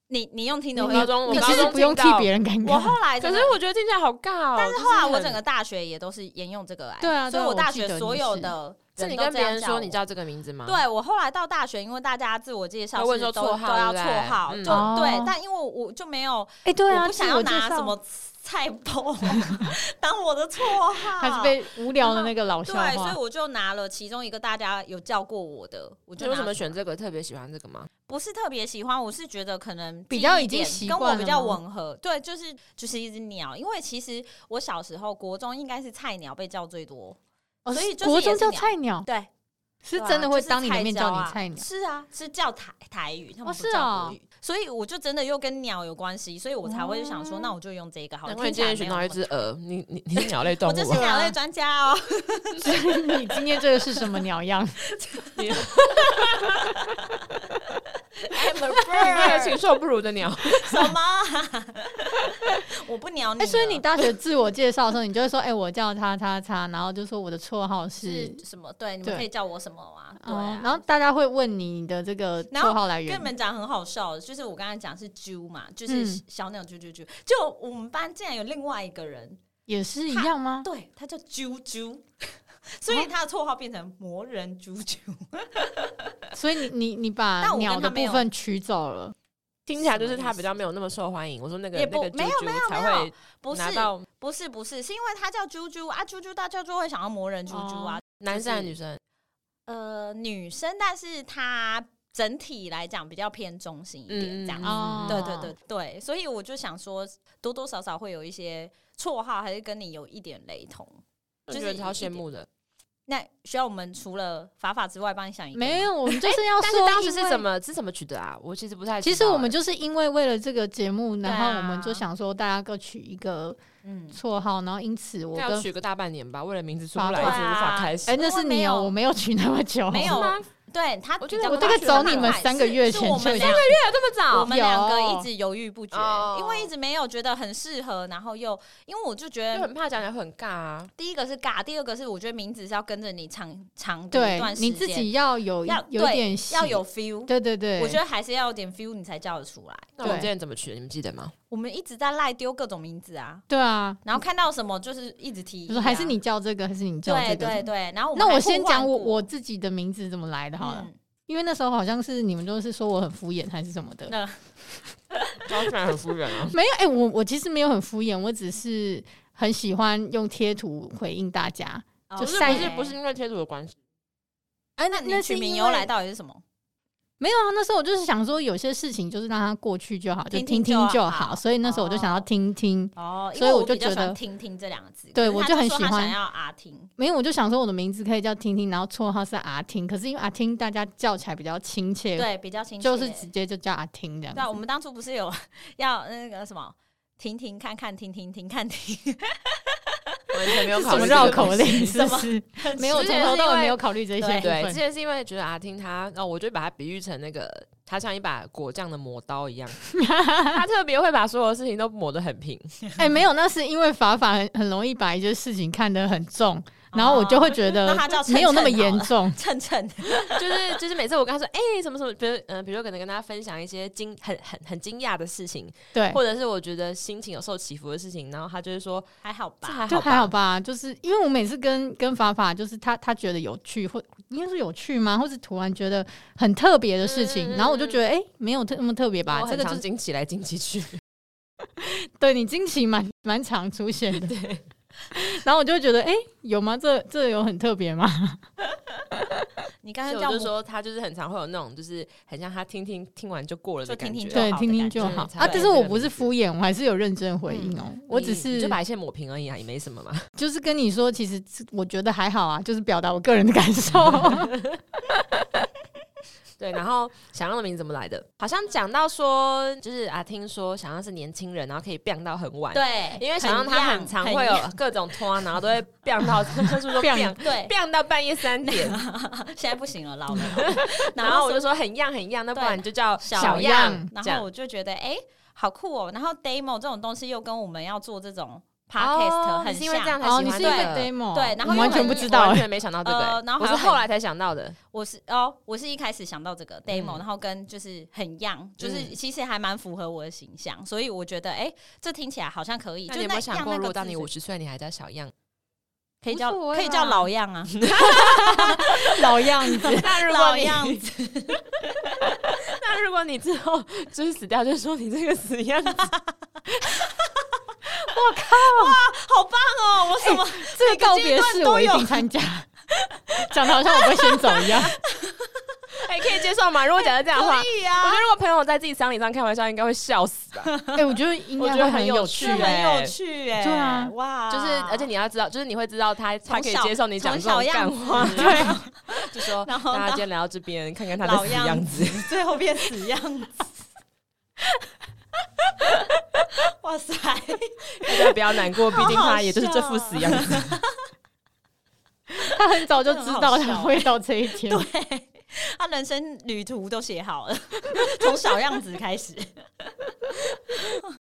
B: 你你用听的
A: 你
B: 会
C: 高中我
A: 你
C: 高
A: 其
C: 中
A: 实不用替
C: 听到
A: 别人尴
B: 我
A: 尬。
B: 后来
C: 可
B: 哎真的
C: 是我觉得听起来好尬哦。
B: 但是
C: 就
B: 后来我
C: 很
B: 整个大学也都是沿用这个哎、
A: 对啊，
B: 所以
A: 对啊我
B: 大
A: 记得
B: 学
A: 你
B: 所有
A: 是
B: 的
C: 是
B: 人
C: 你
B: 都
C: 跟
B: 这
C: 别
B: 样
C: 人
B: 叫
C: 说你
B: 我
C: 叫这个名字吗？，
B: 对我后来到大学，因为大家自我介绍
C: 他问
B: 是
C: 说
B: 都
C: 绰
B: 都
C: 号
B: 要
C: 对不对
B: 绰号，
C: 嗯
B: 就
A: 哦
B: 对，但因为我就没有，
A: 哎，对
B: 我
A: 啊，
B: 不想
A: 自
B: 要
A: 我介
B: 拿什
A: 绍
B: 么菜包 当我的绰号，
A: 还是被无聊的那个老笑
B: 对，所以
A: 话。
B: 我就拿了其中一个大家有叫过我的，我
C: 你
B: 就
C: 为什
B: 拿
C: 么选这个特别喜欢这个吗？
B: 不是特别喜欢，我是觉得可能
A: 比较
B: 记忆
A: 已经
B: 点
A: 习
B: 跟
A: 惯
B: 我
A: 了
B: 比较
A: 吗
B: 吻合。对，就是就是一只鸟，因为其实我小时候国中应该是菜鸟被叫最多，
A: 哦
B: 所以就是
A: 国
B: 也
A: 中
B: 是
A: 叫
B: 鸟
A: 菜鸟，
B: 对，
A: 哦 是
B: 对啊
A: 真的会
B: 就是
A: 当你的面
B: 椒
A: 叫
B: 啊
A: 你 菜鸟。
B: 是啊，是叫台台语，他们
A: 哦
B: 不
A: 是
B: 叫
A: 哦
B: 国语，所以我就真的又跟鸟有关系，所以我才会想
A: 哦
B: 说，那我就用这个好了。
C: 难怪你
B: 听起
C: 今
B: 来
C: 天
B: 没
C: 选
B: 有
C: 到一
B: 那么
C: 只鹅，你你你是鸟类动
B: 我这
C: 物
B: 是
C: 啊，
B: 鸟类专家哦，
A: 你今天这个是什么鸟样？
B: I'm a
C: 你这
B: bird
C: 禽兽不如的鸟。
B: 什么啊？我不鸟 你
A: 哎，
B: 了。
A: 所以你大学自我介绍的时候，你就会说：“哎，我叫叉叉叉，然后就说我的绰号是
B: 是什么？对，你
A: 对
B: 们可以叫我什么啊？对
A: 哦
B: 啊，。
A: 然后大家会问你的这个
B: 然后
A: 绰号来
B: 跟
A: 源
B: 你。们讲很好笑的，就是我刚才讲是啾嘛，就是
A: 嗯
B: 小鸟啾啾啾。就我们班竟然有另外一个人，
A: 也是一样吗？
B: 对他叫啾啾， 所以他的绰号变成魔人啾啾。
A: 所以你你你把
B: 但我跟
A: 鸟的
B: 他没
A: 部
B: 有
A: 分取走了，
C: 听起来就是他比较没有那么受欢迎。我说那个
B: 也
C: 那
B: 不
C: 个
B: 没有
C: 啾啾才会
B: 不是
C: 拿到
B: 不是不是，是因为他叫啾啾啊，啾啾大家就会想要魔人啾啾啊。
C: 男生还是女生？
B: 呃，女生，但是她整体来讲比较偏中性一点，
C: 嗯
B: 这样。
A: 嗯哦
B: 对对对对，所以我就想说，多多少少会有一些绰号，还是跟你有一点雷同。
C: 我
B: 就是
C: 觉得超
B: 一
C: 羡
B: 点
C: 慕的。
B: 那需要我们除了法法之外，帮你想一个吗
A: 没有，我们就是要
C: 但是
A: 说，
C: 当时是怎？么是怎么取得啊？我其实不太知道
A: 其
C: 欸。
A: 实我们就是因为为了这个节目，
B: 对啊
A: 然后我们就想说大家各取一个
B: 嗯，
A: 绰号，然后因此我
C: 应该要
A: 跟
C: 取个大半年吧，为了名字出不
A: 对
C: 来，一
A: 啊
C: 直无法开始
A: 哎。那是你
B: 因为没
A: 哦，
B: 有
A: 我没有取那么久，
B: 没有
C: 是吗
B: 对他比较快，
C: 我觉得我
A: 大概找你们
B: 是
A: 三个月
B: 是
A: 前
B: 我
A: 就
B: 们
A: 已
B: 两
A: 经
C: 这么
B: 我
C: 早？
B: 们
A: 有
B: 两个一直犹豫不决
C: 哦，
B: 因为一直没有觉得很适合，然后又因为我就觉
C: 就
B: 得
C: 很怕讲起来会很尬啊。
B: 第一个是尬，第二个是我觉得名字是要跟着你长长的一
A: 对
B: 段时
A: 你
B: 间，
A: 自己要有一
B: 要
A: 有一
B: 对
A: 点喜
B: 要，有 feel，
A: 对对对，
B: 我觉得还是要有点 feel 你才叫得出来。
C: 那我们
A: 对
C: 之前怎么取的？你们记得吗？
B: 我们一直在赖丢各种名字啊，
A: 对啊，
B: 然后看到什么就是一直提议啊、
A: 就说还是你叫这个，还是你叫
B: 对
A: 这个
B: 对。对，然后我们
A: 那我
B: 还
A: 先
B: 互换
A: 讲我
B: 过
A: 我自己的名字怎么来的好了，
B: 嗯
A: 因为那时候好像是你们都是说我很敷衍还是什么的，
C: 高然很敷衍啊。
A: 没有，哎、我我其实没有很敷衍，我只是很喜欢用贴图回应大家。
B: 哦
A: 就
C: 不是
A: 晒
C: 不
B: 对
C: 是不是因为贴图的关系，
A: 哎、
B: 那
A: 那是
B: 你取名
A: 因
B: 由
A: 为
B: 来到底是什么？
A: 没有啊，那时候我就是想说，有些事情就是让它过去就好，就听
B: 听听
A: 听
B: 就
A: 就
B: 好
A: 所以那时候我就想要
B: 哦
A: 听听，
B: 哦，因
A: 所以
B: 为
A: 我
B: 我
A: 就
B: 比较
A: 觉
B: 喜欢
A: 得
B: 听听这两个字，
A: 对
B: 可是
A: 我
B: 他
A: 就
B: 就
A: 很
B: 说
A: 喜
B: 他
A: 欢
B: 想要阿听，
A: 没有我就想说我的名字可以叫听听，然后绰号是阿听，可是因为阿听大家叫起来比较亲切，
B: 对，比较亲切，
A: 就是直接就叫阿听这样
B: 对啊，我
A: 子。
B: 们当初不是有 要那个什么？听听看看，听听听看听，
C: 完全没有
A: 是
C: 考
A: 什
C: 虑
A: 么
C: 这个
A: 绕口
C: 东西
A: 令？是不是？没有，
C: 之前
A: 从头
C: 是
A: 到
C: 因
A: 尾没
C: 为
A: 有考虑这些部
B: 对
C: 对，之
A: 分。
C: 前是因为觉得阿听他，哦，我就把他比喻成那个，他像一把果酱的磨刀一 样，他特别会把所有事情都磨得很平。
A: 哎、没有，那是因为法法很很容易把一些事情看得很重，然后我就会觉
B: 哦那
A: 得
B: 他叫称
A: 没有那么
B: 称好
A: 严
B: 了
A: 重。
B: 蹭蹭，
C: 就是就是每次我跟他说，哎、什么什么，比如嗯、呃比如说可能跟他分享一些惊很很很惊讶的事情，
A: 对，
C: 或者是我觉得心情有受起伏的事情，然后他就是说
B: 还好
C: 这
B: 吧？
C: 还
A: 就
C: 好吧，
A: 还好吧，就是因为我每次跟跟法法，就是他他觉得有趣，或应该是有趣吗？或是突然觉得很特别的事情，
C: 嗯嗯
A: 然后我就觉得哎、诶没有特那么特别吧
C: 我，
A: 这
C: 很
A: 个就
C: 常
A: 是
C: 惊奇来惊奇 去，
A: 对你惊奇蛮 蛮常出现的。 然后我就会觉得哎、诶有吗？这这有很特别吗？
B: 你刚
C: 所以
B: 才
C: 我
B: 叫
C: 就
B: 我
C: 说他就是很常会有那种，就是很像他听听听完就过了的
B: 就听
C: 感觉。
B: 听 就
A: 对，
B: 好的
A: 听听
B: 感
A: 就
B: 觉
A: 好
C: 才
A: 啊。
C: 会
A: 但是
C: 这个
A: 我
C: 名
A: 不是
C: 字
A: 敷衍，我还是有认真回应哦、我只
C: 你嗯你
A: 是
C: 就把一切抹平而已啊，也没什么嘛。
A: 就是跟你说，其实我觉得还好啊，就是表达我个人的感 受。
C: 对，然后想要的名字怎么来的？好像讲到说，就是啊，听说想要是年轻人，然后可以变到很晚。，
B: 对，
C: 因为想要他很常会有
B: 样
C: 各种拖，然后都会变到， 就是说
A: 变
C: 变
B: 对，
C: 变到半夜三点。
B: 现在不行了，老 了。
C: 然后我就说很样很样，那不
B: 对
C: 然你就叫
B: 小
C: 小
A: 样
C: 样。
B: 然
C: 这样
B: 后我就觉得，哎、好酷哦！然后 demo 这种东西又跟我们要做这种 podcast
C: 哦
B: 很
C: 你是因为
B: 像，
C: 这样才
A: 哦，
C: 喜
A: 你
C: 欢
A: 是因为
C: 这个
A: demo
B: 对然后
A: 我
B: 又
A: 完全
B: 很
A: 不
B: 我
A: 知
C: 我
A: 道
C: 完
A: 哎、
C: 全没想到这个、欸
B: 呃然后
C: 我
B: 还
C: 是
B: 有
C: 后
B: 很
C: 来才想到的。
B: 我是哦，我是一开始想到这个 demo，、
C: 嗯
B: 然后跟就是很样，就是
C: 嗯
B: 其实还蛮符合我的形象，所以我觉得，哎、这听起来好像可以。
C: 那
B: 就
C: 你有没有想
B: 样
C: 过，
B: 那
C: 如
B: 个
C: 果当
B: 字
C: 你
B: 是
C: 五十岁，你还叫小样？
B: 可以叫
C: 无所谓
B: 可以
C: 啦
B: 叫老样 啊，
A: 老样子。
C: 那如
B: 老
C: 果 你
B: 样子，
C: 那如果你之后就是死掉，就说你这个死样 子，
B: 好棒哦！我什么、
A: 这个告别式我一定参加，讲的好像我不会先走一样。
C: 哎、可以接受吗？如果假设这样的话，
B: 可以
C: 我
B: 啊
C: 觉？得如果朋友在自己丧礼上开玩笑，应该会笑死吧。
A: 哎、我觉得应
C: 我
A: 该
C: 觉得
A: 会
C: 很有
A: 有欸
C: 趣
B: 这很
C: 哎
B: 有趣哎、
A: 对啊
B: 哇！
C: 就是，而且你要知道，就是你会知道他他可以接受你讲这
B: 从小
C: 种干话，
B: 从
C: 对，就说
B: 然后
C: 大家今天来到这边，看看他的
B: 老
C: 死样
B: 样
C: 子
B: 子。， 最后变死样子。 哇塞，
C: 大家不要难 过，毕竟
B: 好好哦
C: 他也就是这副死样 子。
A: 他很欸早就知道
B: 这
A: 他
B: 很好笑
A: 会到这一天。
B: 他人生旅途都写好了， 从小样子开始。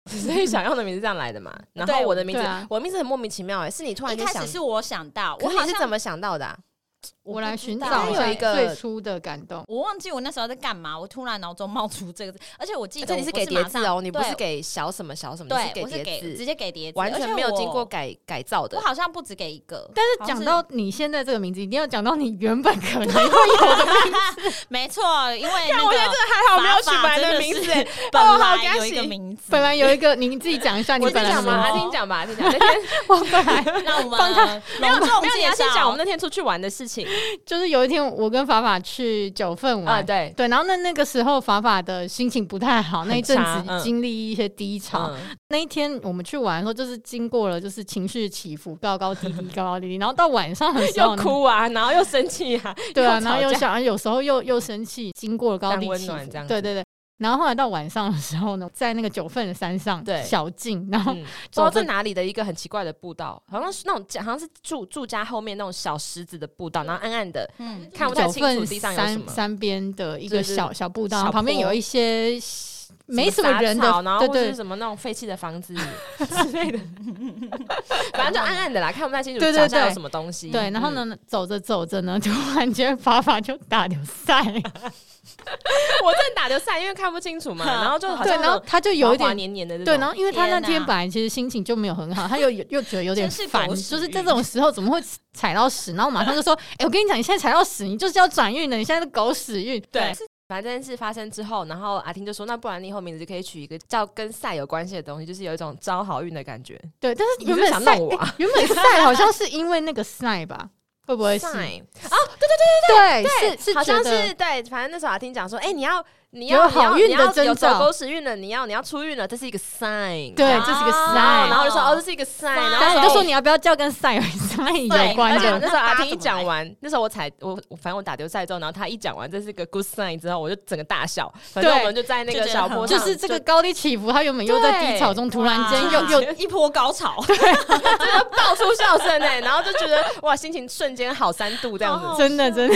C: 所以想用的名字这样来的嘛。然后
B: 对
C: 我的名字
A: 对啊，
C: 我的名字很莫名其妙哎，是 你突然
B: 一
C: 间
B: 开
C: 想
B: 始，是我想到，
C: 可
B: 我
C: 是
B: 好
C: 你是怎
B: 像
C: 么想到的啊？
A: 我来寻
B: 不知
A: 找
B: 道
A: 一
C: 有
A: 下
C: 一个
A: 最初的感动。
B: 我忘记我那时候在干嘛，我突然脑中冒出这个字，而且我记
C: 而
B: 得
C: 且
B: 我
C: 你是
B: 不
C: 给叠
B: 马
C: 字
B: 上
C: 哦，你不是
B: 对
C: 给小什么小什么，你
B: 对，我是
C: 给
B: 给
C: 叠
B: 直
C: 字，
B: 接给叠字，
C: 完
B: 而
C: 全
B: 且
C: 没有经过
B: 我。
C: 改改造的
B: 我。好像不止给一个，
A: 但
B: 好
A: 是讲
B: 像
A: 到你现在这个名字，一定要讲到你原本可能 会有的名字。
B: 没错，因为那
C: 我现在
B: 个
C: 真的还好没有取
B: 法法
C: 白
B: 真
C: 的
B: 的
C: 名字
B: 是
C: 哎，哦
B: 本
C: 好
B: 来
C: 感
B: 有一个
C: 喜
B: 名字，
A: 本来有一个，你你自己讲一下，你
C: 我
A: 本
C: 先
A: 来
C: 讲
A: 是
C: 嘛，
B: 吗
C: 阿听讲吧，听 讲。那天
A: 我本来
B: 让我们
A: 帮他
B: 隆重
C: 没有，你
B: 介
C: 要先
B: 绍
C: 讲我们那天出去玩的事情
A: 就是有一天，我跟法法去九份玩，
C: 啊，对，
A: 对，然后那那个时候法法的心情不太好，那一阵
C: 差嗯
A: 子经历一些低潮。
C: 嗯
A: 那一天我们去玩的时候，就是经过了就是情绪起伏，高高低低，高高低低，然后到晚上的时候
C: 又
A: 呢，
C: 哭啊，然后又生气 啊，
A: 对啊，
C: 又吵
A: 然后又
C: 架
A: 想，有时候又又生气，经过了高低
C: 但温
A: 起
C: 暖
A: 伏
C: 这样，子
A: 对对对。然后后来到晚上的时候呢，在那个九份的山上，
C: 对
A: 小径，然后
C: 嗯，不知
A: 走
C: 道在
A: 着
C: 哪里的一个很奇怪的步道，好像是那种好像是住住家后面那种小石子的步道，然后暗暗的
B: 嗯，
C: 看不太
A: 九
C: 清楚
A: 份
C: 地上有什
A: 山
C: 么，
A: 山边的一
C: 对
A: 个
C: 对
A: 小小步
C: 小
A: 道，旁边
C: 坡
A: 有一些没什么
C: 杂
A: 人
C: 草
A: 的，
C: 然
A: 对
C: 后或是
A: 对
C: 什么那种废弃的房子 之类的，反正就暗暗的啦，看不太清楚
A: 对对
C: 脚下有
A: 对
C: 什么东西。
A: 对，然后呢
C: 嗯？，
A: 走着走着呢，突 然间法法就打流赛，
C: 我正打着伞，因为看不清楚嘛，然后就 好
A: 对，
C: 像
A: 然后他就有一
C: 滑滑
A: 点。
C: 黏黏的这种，
A: 对，然后因为他那
B: 天
A: 天
B: 哪
A: 本来其实心情就没有很好，他又又又觉得有点
B: 真是狗
A: 烦，
B: 屎
A: 就是在
B: 运
A: 这种时候怎么会踩到屎？然后我马上就说：“哎、我跟你讲，你现在踩到屎，你就是要转运的，你现在是狗屎运。
C: 对。反正这件事发生之后，然后阿婷就说：“那不然你以后名字就可以取一个叫跟赛有关系的东西，就是有一种招好运的感觉。”
A: 对，但是
C: 你
A: 原
C: 是
A: 本
C: 想
A: 赛、
C: 弄我啊
A: 哎原本赛好像是因为那个赛吧，会不会是？
C: 赛
A: 对，
C: 对，
A: 是是
C: 好像
A: 觉得
C: 是对，反正那时候阿听讲说，哎、你要你
A: 有
C: 要你要
A: 好运
C: 你要
A: 的征
C: 有走
A: 兆
C: 狗屎运了，你要你要出运了，这是一个 sign。
A: 对，
C: 然
A: 这是一个
B: 啊
A: 赛。
C: 后然后就说哦，
B: sign
C: 这是一个
B: sign
C: sign，
A: 然
C: 然
A: 后
C: 后
A: 我就说
C: 你。
A: 你要不要叫跟赛有赛有
B: 对
A: 关
C: 而且
A: 的？
C: 那时候阿
B: 那
C: 听一
B: 怎么
C: 讲
B: 来
C: 完，那时候我才我我反正我打丢赛之后，然后他一讲完这是一个 good sign 之后，我就整个大笑。反正
A: 对
C: 我们就在那
B: 就
C: 个
B: 觉得
C: 小
B: 很
C: 坡
A: 就
C: 上，
A: 是这个高低起伏，他原本又在低潮中，突然间
B: 哇
A: 又又
B: 一波高潮，
C: 真的爆出笑声 哎、然后就觉得哇，心情瞬间好三度这样子
B: 好。好
A: 真的真的，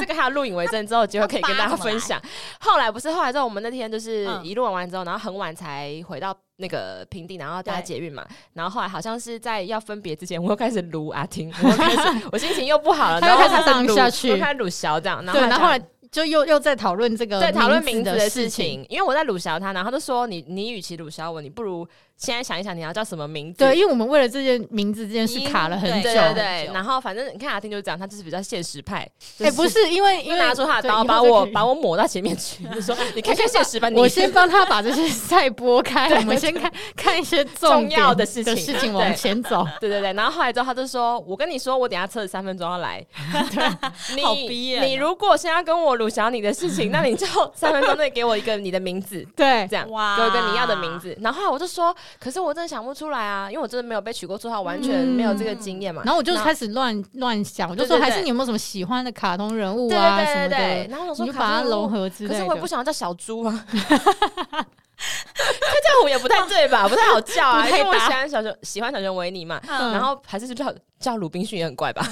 C: 这个还有录影为证之后，结果可以跟大家分享。 后来不是后来之后，我们那天就是
B: 嗯
C: 一路玩完之后，然后很晚才回到那个平地，然后搭
B: 对
C: 捷运嘛。然后后来好像是在要分别之前，我又开始撸阿听，我又开始我心情又不好了，
A: 他
C: 然
A: 又
C: 后
A: 开始
C: 撸
A: 上下去
C: 我开始撸小这样。然后
A: 对，然后后
C: 后
A: 来就又又在讨论这个
C: 呃对讨论名
A: 名
C: 字
A: 的
C: 的事
A: 情，
C: 情，因为我在撸小他，然后他就说你你与其撸小我，你不如现在想一想，你要叫什么名字？
A: 对，因为我们为了这件名字这件事卡了很
B: 对
A: 久。
C: 对对
B: 久
C: 对。然后反正你看阿听就是这样，他就是比较现实派。就
A: 哎、不是因为因
C: 就
A: 为
C: 拿出他的
A: 对
C: 刀，
A: 以后
C: 把
A: 就
C: 我
A: 可以
C: 把我抹到前面去，就 说你看看现实吧，你
A: 我先帮他把这些菜拨 开，我们先看看一些重
C: 重要
A: 点
C: 的事情
A: 的事
C: 对
A: 情往前走。
C: 对对对，然后后来之后他就说：“我跟你说，我等一下测三分钟要 来。 你
B: 好逼人哦
C: 你如果现在跟我鲁小你的事情，那 你就三分钟内给我一个你的名字，
A: 对，
C: 这样
B: 哇
C: 给我一个你要的名字。”然后后来我就说：“可是我真的想不出来啊，因为我真的没有被取过绰号，完全没有这个经验嘛。
A: 嗯然后我就
C: 然后
A: 开始乱乱想，我就
C: 对
A: 说
C: 对
A: 还
C: 对
A: 是你有没有什么喜欢的卡通人物
C: 对
A: 啊
C: 对
A: 什么
C: 对对对
A: 的，，
C: 然后我
A: 你
C: 说
A: 就把它融
C: 合。
A: 合之类
C: 可
A: 的。
C: 是我也不想要叫小猪啊， 他叫虎也不太对吧？不太好叫 啊，
A: 不
C: 因
A: 太
C: 为我
A: 搭
C: 喜欢小熊，喜欢小熊维尼嘛。
A: 嗯
C: 然后还是就叫叫鲁滨逊也很 怪吧？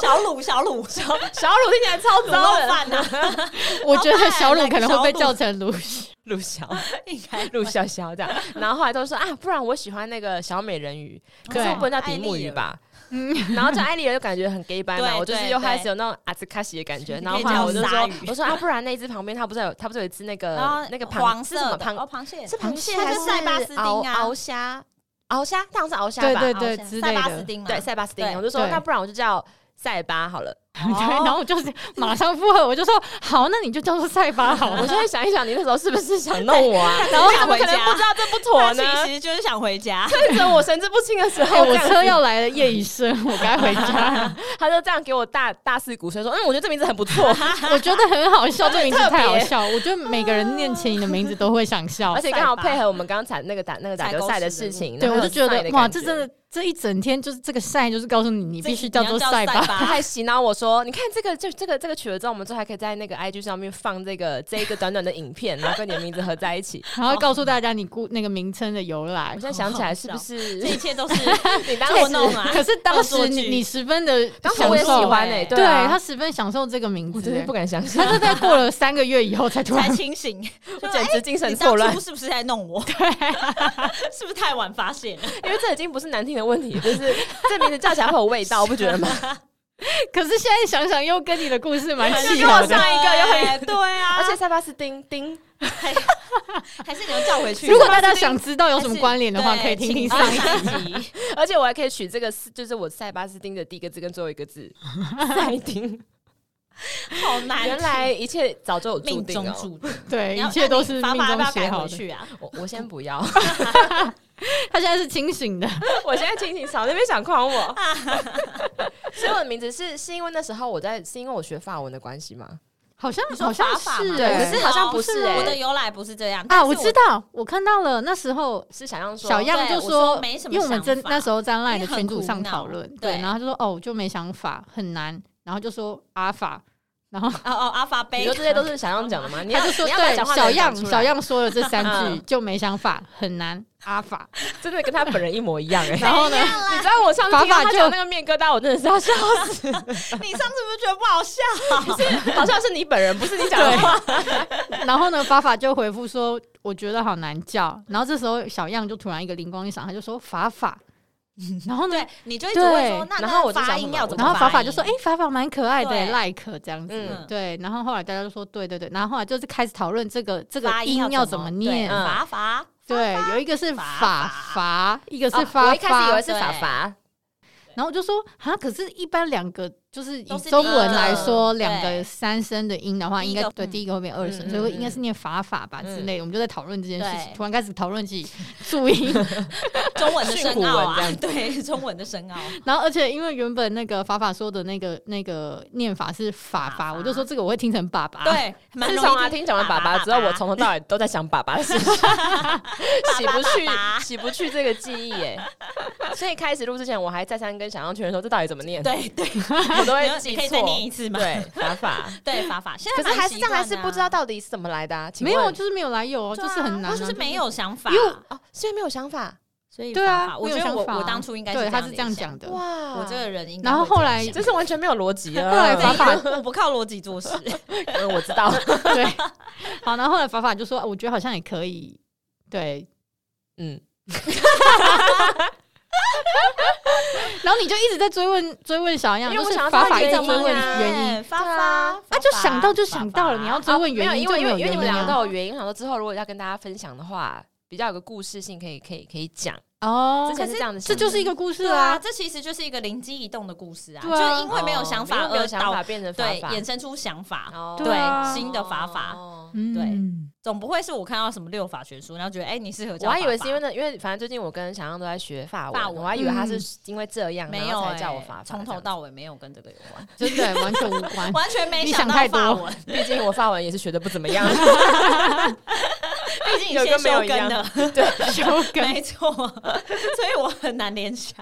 B: 小鲁小鲁小
C: 小鲁听起来超
B: 卤
C: 糟
B: 肉
C: 的，
B: 饭啊呐，
A: 我觉得小鲁可能会被
B: 老
A: 叫成鲁西，
C: 鲁小
B: 应该
C: 鲁小小这样，然后后来都说啊，不然我喜欢那个小美人鱼，可是
A: 对
C: 我不能叫比目鱼吧？
A: 嗯，
C: 然后叫艾丽儿就感觉很 gay 掰嘛，
B: 对
C: 我就是
B: 对
C: 又开始有那种阿兹卡西的感觉，
B: 你
C: 然
B: 可
C: 后
B: 以
C: 后来
B: 叫
C: 我就
B: 鲨
C: 说
B: 鱼，
C: 我说啊，不然那一只旁边它不是有它不是有一只那
B: 然后
C: 个那个
B: 黄
C: 是
B: 色
C: 什么
B: 的
C: 螃
B: 哦，螃蟹
C: 是螃蟹
B: 它就
C: 还
B: 是是塞巴斯丁
C: 鳌
B: 啊
C: 鳌虾？鳌虾，当然是鳌虾
A: 对
C: 吧？
A: 对
B: 好
A: 对
B: 像
A: 之
B: 塞
A: 类
B: 巴斯
A: 的。
B: 丁嘛，
C: 对，塞巴斯丁。
B: 对
C: 我就说
A: 对
C: 那不然我就叫塞巴好了。
A: 对，然后我就是马上附和，我就说好，那你就叫做塞巴好
C: 我
A: 了。
C: 现在想一想，你那时候是不是想弄我啊？
B: 然后
C: 怎
B: 想
C: 么
B: 回
C: 可能
B: 家
C: 不知道这不妥
B: 他
C: 呢？
B: 其实就是想回家。
C: 趁着我神志不清的时
A: 哎，
C: 候，
A: 我
C: 这样
A: 车要来了，夜已深，我该回家了。
C: 他就这样给我大大肆鼓吹说，嗯，我觉得这名字很不错，
A: 我觉得很好笑，这名字
C: 特别
A: 太好笑。我觉得每个人念起你的名字都会想笑
C: 而，且刚好配合我们刚才那个打那个打球赛的事情，
A: 对
C: 然后
A: 我就觉
C: 有赛
A: 得
C: 的
A: 哇，
C: 感
A: 这真的这一整天就是这个赛，就是告诉你你必须叫做塞
B: 你要
A: 巴
B: 叫。
C: 他
B: 巴，
C: 还洗脑我说，你看这个就这个这个曲了之后，我们之后还可以在那个 IG 上面放这个这一个短短的影片，然后跟你的名字合在一 起。
A: 然后告诉大家你故那个名称的由
C: 我
A: 来
C: 现。在想起来是不是
B: 这一切都 是
C: 你当
B: 做
C: 时
B: 弄啊。
A: 可是当
B: 恶作
A: 时你
B: 剧
A: 你十分的
C: 当时
A: 享
C: 我也喜
A: 受，
C: 欢哎，
B: 对
A: 对
C: 啊，
A: 他十分享受这个名
C: 我
A: 字
C: 真的
A: 欸
C: 不。敢相 信
A: 他，是在过了三个月以后才突然
B: 才清醒，就
C: 我简直精
B: 哎
C: 神
B: 你
C: 错
B: 当
C: 乱
B: 初，是不是在弄我？ 是不是太晚发现了？
C: 因为这已经不是难听的问题，就是这名字叫起来会有味道，不觉 得吗？
A: 可是现在想想，又跟你的故事蛮契
C: 就跟
A: 合
C: 我
A: 的。
C: 上一个又很
B: 对对啊，
C: 而且塞巴斯丁丁
B: 还 还是你要叫回去。
A: 如果大家想知道有什么关联的话，
B: 还是
A: 可以听听
B: 对
A: 上
C: 啊
A: 一
B: 请
A: 集。
B: 上一集。
C: 而且我还可以取这个是，就是我塞巴斯丁的第一个字跟最后一个 字，塞丁。
B: 好难听，
C: 原来一切早就有注
B: 命
C: 定
B: 中
C: 哦。
B: 注定，
A: 对，
B: 你要
A: 一切都
B: 那
A: 是
B: 你
A: 命
C: 啊
B: 爸爸要不
A: 中
B: 要
A: 写
B: 改
A: 好的。
B: 回去啊？
C: 我我先不要，
A: 他现在是清醒的，
C: 我现在清醒，少在那边想诓 我。所以我的名字是是因为那时候我在，是因为我学法文的关系吗？
A: 好像
B: 你说
A: 好像
B: 法法嘛
A: 是
B: 对
A: 欸，
C: 可是好像不
A: 是
C: 是
A: 吗
B: 我
C: 哎、
B: 的由来不是这样
A: 啊，我知
B: 道，
A: 道，我看到了，那时候
C: 是想让说
A: 小样
B: 对
A: 就
B: 我
A: 说
B: 说没什么
A: 因为我们真
B: 想法
A: 那时候在 LINE
B: 因为
A: 的
B: 很
A: 群组上
B: 苦恼
A: 讨论，
B: 对
A: 对，然后他就说哦，我就没想法，很难，然后就说阿法，然后
B: 哦哦，阿法
C: 你
B: 贝
C: 说这些都哦是想让讲的吗？你要
A: 他就说
C: 你要把
A: 对
C: 讲话
A: 小
C: 的人讲
A: 样
C: 出来
A: 小样说了这三句
C: 嗯
A: 就没想法，很难阿法，
C: 真的跟他本人一模一样哎、
A: 然后呢，
C: 你知道我上次
A: 法
C: 听到
A: 法
C: 他
A: 就
C: 讲那个面疙瘩，我真的是要笑 死。
B: 你上次不是觉得不 好笑？
C: 好像是你本人，不是你讲的话。
A: 然后呢，法法就回复说：“我觉得好难叫。”然后这时候小样就突然一个灵光一闪，他就说：“法法。”然后呢，
B: 对，你就一直会说，
A: 对
B: 那
C: 然
B: 那
C: 后我就
B: 发
C: 想
B: 音
C: 什
B: 要
C: 么
B: 怎么
A: 然
B: 发
A: 后
B: 音？
A: 法法就说：“哎、法法蛮可爱的
B: 对
A: ，like 这样子。
C: 嗯
A: 对，然后后来大家就说：“对对对。”然后后来就是开始讨论这个这个
B: 发
A: 音
B: 要
A: 要怎么
B: 对
A: 念。
C: 嗯
B: 法法
A: 对，有一个是
B: 法
A: 法法，一个是
C: 哦
A: 发
C: 我一开始以
A: 发
C: 为，是法法，
A: 然后我就说啊，可是，一般两个就是以
B: 都是
A: 中
B: 第
A: 文
B: 一
C: 个
A: 来说，
B: 对
A: 两个三声的音的话，
B: 第一
A: 应
B: 个
A: 该对第一个会变二声，
C: 嗯
A: 所以我
C: 嗯
A: 应该是念法法吧之类的。我们就在讨论这件事情
B: 对，
A: 突然开始讨论起 注音，
B: 中文的
C: 训
B: 深
C: 诂
B: 奥
C: 文
B: 啊
C: 这样，
B: 对，中文的深奥。
A: 然后而且因为原本那个法法说的那个那个念法是法
B: 法
A: 法，我就说这个我会听成爸爸。
B: 对，蛮
C: 自
B: 容易
C: 从阿听讲完爸爸之后，我从头到尾都在想爸爸 的事情，洗不去
B: 爸爸
C: 洗不去这个记忆耶。所以开始录之前，我还再三跟小杨确认说这到底怎么念，
B: 对对，
C: 我都
B: 你
C: 会
B: 要
C: 记
B: 你
C: 错。
B: 可以再念一次吗？
C: 对，法法。
B: 对，法法，现
C: 可
B: 在
C: 是
B: 蛮
C: 还是
B: 习
C: 这样，还
B: 惯
C: 是
B: 的啊
C: 不知道到底是怎么来的啊？请
A: 没有
C: 问
A: 就是没有来由哦，
B: 对
A: 就
B: 啊
A: 是很难
B: 我
A: 啊，
B: 就是没有想法，
A: 因为
C: 哦，所以没有想法
B: 所以
A: 对啊
B: 法法
A: 没
B: 我
A: 有
B: 觉得
A: 想
B: 我
A: 法啊
B: 我当初应该
A: 对，他是
B: 这
A: 这
B: 样
A: 样
B: 联
A: 讲的。
C: 哇！
B: 想，我这个人应该
A: 然后
B: 会这
A: 后
B: 样
A: 来
B: 想
C: 这是完全没有逻辑 的。
A: 后来
B: 对
A: 法法
B: 因为我不靠逻辑做事，
C: 嗯我知 道，
A: 对，好，然后后来法法就说，啊我觉得好像也可以，对，
C: 嗯，
A: 然后你就一直在追问追问小样，
C: 因为我
A: 就是
C: 想要知
A: 法
C: 道
A: 法一直
C: 原
A: 追
C: 因
A: 问
C: 啊
A: 原因，
B: 哎发
C: 对
B: 发
C: 啊
B: 发
A: 啊，就
B: 发
A: 想到就
B: 发
A: 想
B: 发
A: 到了，你要追问
C: 没有，
A: 原因
C: 因
A: 就
C: 为
A: 没
C: 因为
A: 有
C: 因为你们
A: 原因
C: 两
A: 啊
C: 个都有原因，想说之后如果要跟大家分享的话，比较有个故事性，可以可以可以讲。
A: 哦
C: 之，前是这样的想
A: 这
C: 法，
A: 就是一个故事
B: 对啊，
A: 啊，
B: 这其实就是一个灵机一动的故事啊，
A: 对啊
B: 就因为没有想法
C: 哦没有
B: 而
C: 想
B: 导
C: 法变成
B: 对
C: 法
B: 衍生出想法，
C: 哦
A: 对啊
B: 新的法法
C: 哦
A: 嗯，
B: 总不会是我看到什么六法全书，然后觉得哎、你适合
C: 我
B: 叫法法。
C: 还以为是因为那，因为反正最近我跟小样都在学法文，
B: 法文
C: 我还以为他是
A: 嗯
C: 因为这样，
B: 没
C: 然
B: 有、
C: 后
B: 哎，
C: 才叫我法法。
B: 从头，到尾没有跟这个有关，。
A: 真的完全无关
B: 完全没
A: 你
B: 想
A: 想
B: 到
A: 太
B: 法
A: 多
B: 文，
C: 毕竟我法文也是学的不 怎么样。
B: 毕竟
C: 有
B: 你
C: 跟
B: 先
C: 没有
B: 收
C: 一
B: 根
C: 样
B: 的，
A: 修改
B: 没错， 所以我很难联想。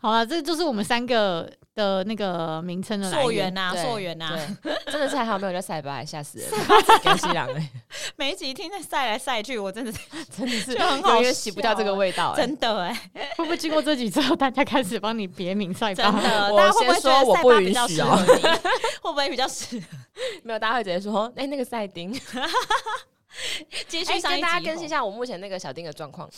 A: 好了，这就是我们三个的那个名称的来
B: 溯
A: 源
B: 源。呐，
C: 对
B: 溯源啊呐，
C: 对，真的是还好没有叫塞巴，吓死人！跟西郎哎，
B: 每一集听在赛来赛去，我真的是
C: 真的是
B: 就很好
C: 永远洗不掉这个味道。哎
B: 真的哎，
A: 会不会经过这几次后，大家开始帮你别名赛
B: 真
A: 吧？
B: 的，
C: 我
B: 大家会不会
C: 先
B: 觉
C: 说
B: 得
C: 我
B: 赛
C: 不
B: 巴
C: 允
B: 比较
C: 许
B: 适
C: 哦
B: 合你？ 会不会比较适合？
C: 没有，大家会直接说哎，那个赛丁。
B: 继
C: 哎，
B: 续上
C: 跟
B: 一
C: 大家
B: 集
C: 更新一下我目前那个小丁的 状况。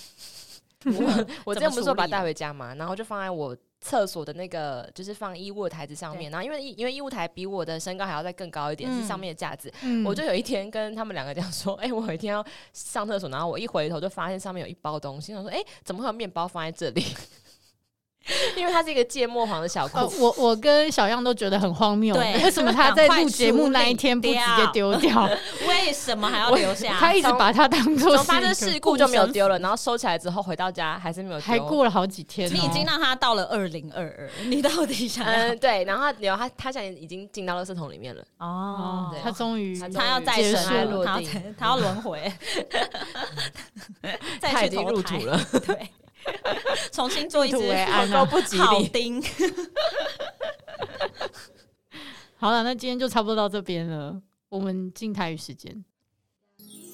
C: 我我之前不是说把它带回家嘛，然后就放在我厕所的那个，就是放衣物的台子上面。然后因为因为衣物台比我的身高还要再更高一点，
B: 嗯
C: 是上面的架子。
A: 嗯
C: 我就有一天跟他们两个这样说：“哎、我有一天要上厕所，然后我一回头就发现上面有一包东西，我说：哎、怎么会有面包放在这里？ 因为它是一个芥末黄的小
A: 呃
C: 裤，，
A: 我我跟小样都觉得很荒谬，
B: 对
A: 为什么他在录节目那一天不直
B: 啊
A: 接丢 掉？
B: 为什么还要留下？
A: 他一直把它当做
C: 然
A: 是
C: 后发生
A: 一
C: 事
A: 个
C: 故就没有丢了，然后收起来之后回到家还是没有丢，
A: 还过了好几天哦，
B: 你已经让他到了二零二二，你到底想要
C: 嗯，对，然后然后他他现在已经进到垃圾桶里面了，
A: 哦
C: 嗯对，
A: 他终于
C: 他终于
B: 他要再
A: 结
B: 生
A: 束
B: 啊，
C: 落
B: 他要
C: 地
B: 再他要轮回，
C: 他
B: 再
C: 已
B: 去
C: 经
B: 投
C: 入
B: 胎
C: 土，了，
B: 对，重新做一只
A: 入土为安
B: 好
A: 啊
B: 不
C: 吉
B: 好
C: 利
B: 丁，
A: 好了，那今天就差不多到这边了，我们进台语时间。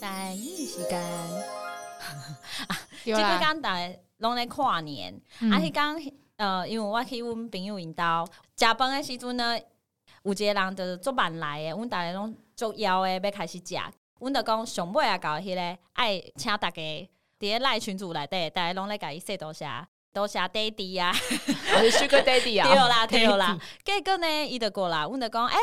B: 在一时间，
A: 对
B: 这个
A: 啦，
B: 刚来拢在跨年，
A: 嗯
B: 啊，迄天呃，因为我去阮朋友因兜食饭的时阵呢，有一个人就是做慢来的，阮逐个拢做枵的，要开始食。阮就讲上尾啊，到迄个爱请大家伫咧赖群组内底，大家拢咧甲伊说多谢多谢 daddy 啊，
C: 我是 Sugar Daddy
B: 对哦
C: 啊，
B: 啦对
A: 嗯
B: 啦。结果呢，伊就过来，阮就讲，诶、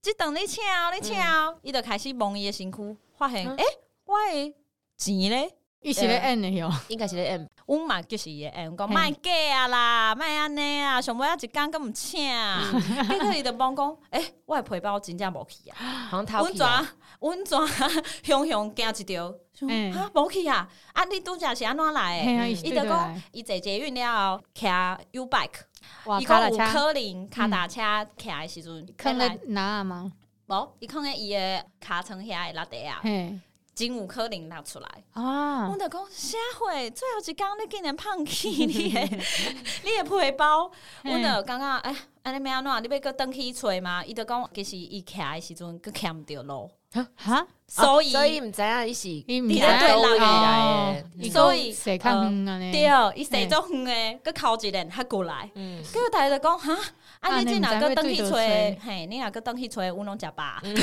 B: 即顿你请哦，你请
A: 嗯
B: 哦，伊、就开始摸伊的身躯，发现诶、
C: 嗯
B: 我的钱咧。
A: 一起
B: 呃
A: 来 end 的哟，
C: 应该是 M
B: 阮嘛就是伊会讲
A: 嘿
B: 卖假啊啦，卖安尼啊，上尾啊一工敢毋 请啊，结果伊就帮讲，诶、我的皮包真正无去啊，
C: 好像他
B: 阮
C: 啊，
B: 怎阮怎 雄雄惊一条，想
A: 嗯
B: 啊无去啊，啊你拄则是安怎来
A: 嘿
B: 的？
A: 啊，
B: 伊
A: 伊
B: 就讲，伊坐捷运了后，骑 U bike，
A: 哇，
B: 伊
A: 卡拉
B: 讲有
A: 车，嗯
B: 可能卡踏车骑的时阵，
A: 坑
B: 要
A: 了
B: 来
A: 哪啊吗？
B: 无，伊可能伊的尻川遐的落地啊，
A: 嘿
B: 真有可能落出来。
A: 啊
B: 阮，就讲啥货，最后一工你竟然胖去你的你的皮包，
A: 嘿
B: 阮就感觉哎，安尼要安怎？你要搁登去揣嘛？伊就讲，其实伊徛的时阵，佫徛毋着路，
A: 哈，
B: 所以
C: 所以唔知啊，一起
A: 伊
B: 你在对
C: 老
B: 人
C: 来
A: 哦
C: 耶，
B: 所以
A: 谁看远啊呢？
B: 对，伊坐足远的，佫靠一个人还过来，
C: 嗯，
B: 结果大家就讲哈，啊
A: 啊
B: 你
A: 你
B: 即
A: 不
B: 若
A: 知
B: 搁
A: 要
B: 登
A: 对
B: 去
A: 倒
B: 揣
A: 找，
B: 嘿，你若搁登去揣，阮拢食饱。
C: 嗯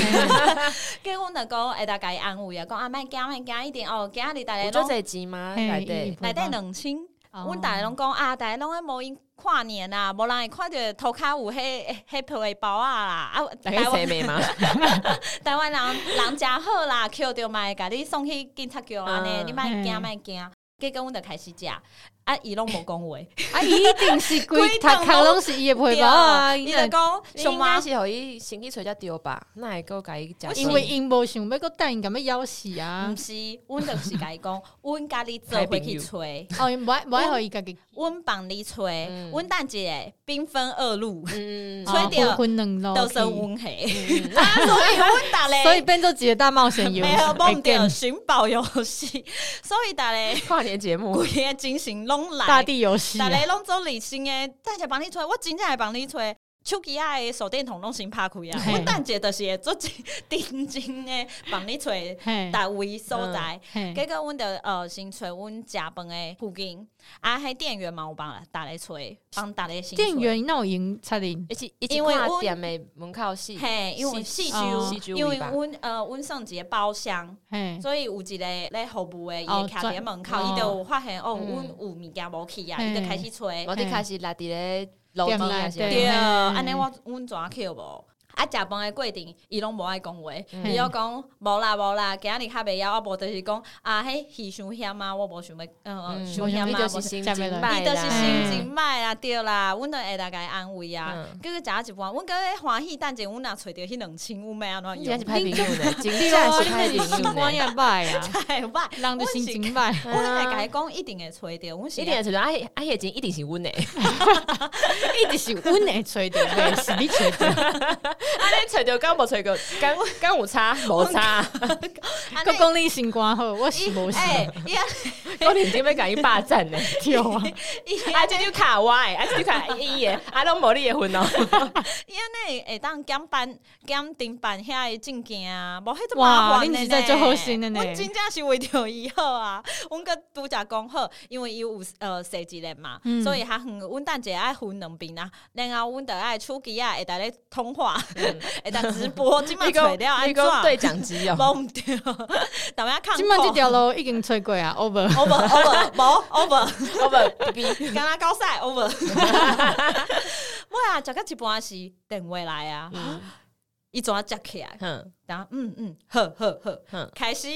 B: 结果阮就讲，会大家安慰啊，讲啊，莫惊莫惊，一定哦，今日大
C: 我
B: 家
C: 就
B: 拢
C: 这集吗？
A: 嘿
C: 来
A: 伊
C: 对，
A: 不
B: 内底
A: 帮
B: 两千。
A: 哦
B: 阮逐个拢讲啊，逐个拢咧无因跨年啊，无人会看着涂骹有迄 迄皮包啊啦， 啊
C: 大
B: 台
C: 家谁
B: 湾
C: 没 吗？
B: 台湾人人诚好啦，Q 着嘛会甲你送去警察局安尼，
C: 嗯
B: 你莫惊
A: 啊嘿
B: 莫惊。结果阮就开始食，啊伊拢无 讲话，
A: 啊，伊一定是
B: 规
A: 规他
B: 栋
A: 卡
B: 拢
A: 拢是伊的背包啊，
B: 哦伊
A: 伊
B: 就
A: 若
B: 讲
C: 应
B: 熊
C: 该
B: 妈
C: 是有伊先去找才丢吧，那还够甲伊讲，
A: 因为因无想要个等伊咁要枵死啊
B: 毋，是，阮就是甲 伊讲，阮家己做回去揣，
A: 哦，伊无爱无爱互伊家己
B: 阮帮你揣
C: 嗯，
B: 阮等一下兵分二路，
C: 嗯，
A: 哦
B: 吹到
A: 昏冷咯，
B: 都生阮嘿， 啊所以阮逐个
A: 嗯所以变做一个大冒险游戏，
B: 没有忘掉
A: again
B: 寻宝游戏，所以大家
C: 跨年节 目
B: 规个精神拢来，
A: 大地游戏啊
B: 大，家拢做理性诶，大家帮你吹，我真正会帮你吹。手机啊的手电筒拢先拍开啊，
A: 嘿
B: 阮等者就是做定睛的帮你找
A: 嘿，
B: 大位所在。
A: 嘿
B: 结果阮就呃先找阮食饭的附近，啊，迄店员嘛有帮打来催，帮打来先
A: 店员那我赢差点，
C: 一起一起
B: 因为
C: 跨
B: 我
C: 店的门口戏，
B: 嘿，因为
C: 戏
B: 戏
A: 哦
C: 戏
B: 剧，
C: 剧
B: 因为
C: 吧
B: 阮呃阮上一个包厢，
A: 嘿，
B: 所以有一个咧服务的伊
A: 哦
B: 徛
A: 专
B: 伫门
A: 哦
B: 口，伊就有发现哦，
C: 嗯哦
B: 阮有物件无去啊，
A: 嘿
B: 伊就开始催。
C: 我就开始拉伫咧楼
A: 店
C: 梯
A: 内
C: 啊，是吧
A: 对
B: 对，安
A: 嘿
B: 尼我阮怎啊去无？啊，食饭的过程，伊拢无爱讲话，
C: 嗯
A: 嘿
B: 伊就讲无啦无啦，今日较袂晓，我无就是讲啊，迄鱼伤咸啊，我无想要，嗯，
C: 嗯
B: 伤
A: 我
B: 咸啊，
A: 想
C: 你
A: 要
C: 就是
B: 无
C: 心
A: 吃不
C: 情
A: 下
C: 败
B: 伊就是
C: 啦，
B: 心情歹啦，对啦，阮就会大概安慰啊。
C: 嗯，
B: 结果食啊一半，阮个欢喜，等者阮若揣着迄两千，阮要安怎
C: 嗯你真
B: 用
C: 是？拍屏幕呢， 真
A: 对
C: 正
A: 啊，
B: 哦
C: 是
A: 你
C: 拍
A: 们
C: 屏
A: 是心
C: 幕
A: 肝
C: 呢。
A: 也歹啊，
B: 太歹，
A: 人的心情歹，
B: 我来甲伊讲，一定会揣着，阮是
C: 嗯一定是啊阿阿叶金，一定是阮诶，
A: 一直是阮会吹的，袂是你吹的，
C: 阿啊你揣着刚无揣过， 刚刚有差无差，
B: 安尼
A: 个讲你心肝好， 我是无
B: 伊
A: 是
B: 哎，伊安
C: 我眼睛要甲伊霸占 呢。
A: 对啊，
B: 伊
C: 啊，这就卡我诶，啊，这就卡伊诶，啊，拢无你诶份哦。
B: 伊安尼会当减班、减顶班遐的证件啊，无迄种
A: 哇
B: 麻烦
A: 恁
B: 的
A: 是在做好心的呢
B: 阮真正是为着伊好啊，阮个拄则讲好，因为伊有呃设计人嘛，
A: 嗯
B: 所以较远，阮等者爱分两边啊，然后阮着爱手机啊，会当咧通话，
A: 嗯
B: 会当直播，即摆 找了安
C: 你
B: 怎？
C: 讲对讲机 哦，
B: 无毋对，逐摆看
A: 今麦这条路已经吹过啊，over。
B: over over 无 over。
C: 我无 B
B: 敢若高赛 over，我啊，食到一半是电话来啊，
C: 嗯
B: 伊怎啊接起来？
C: 哼
B: 然后嗯嗯，好好好，
C: 哼，
B: 开始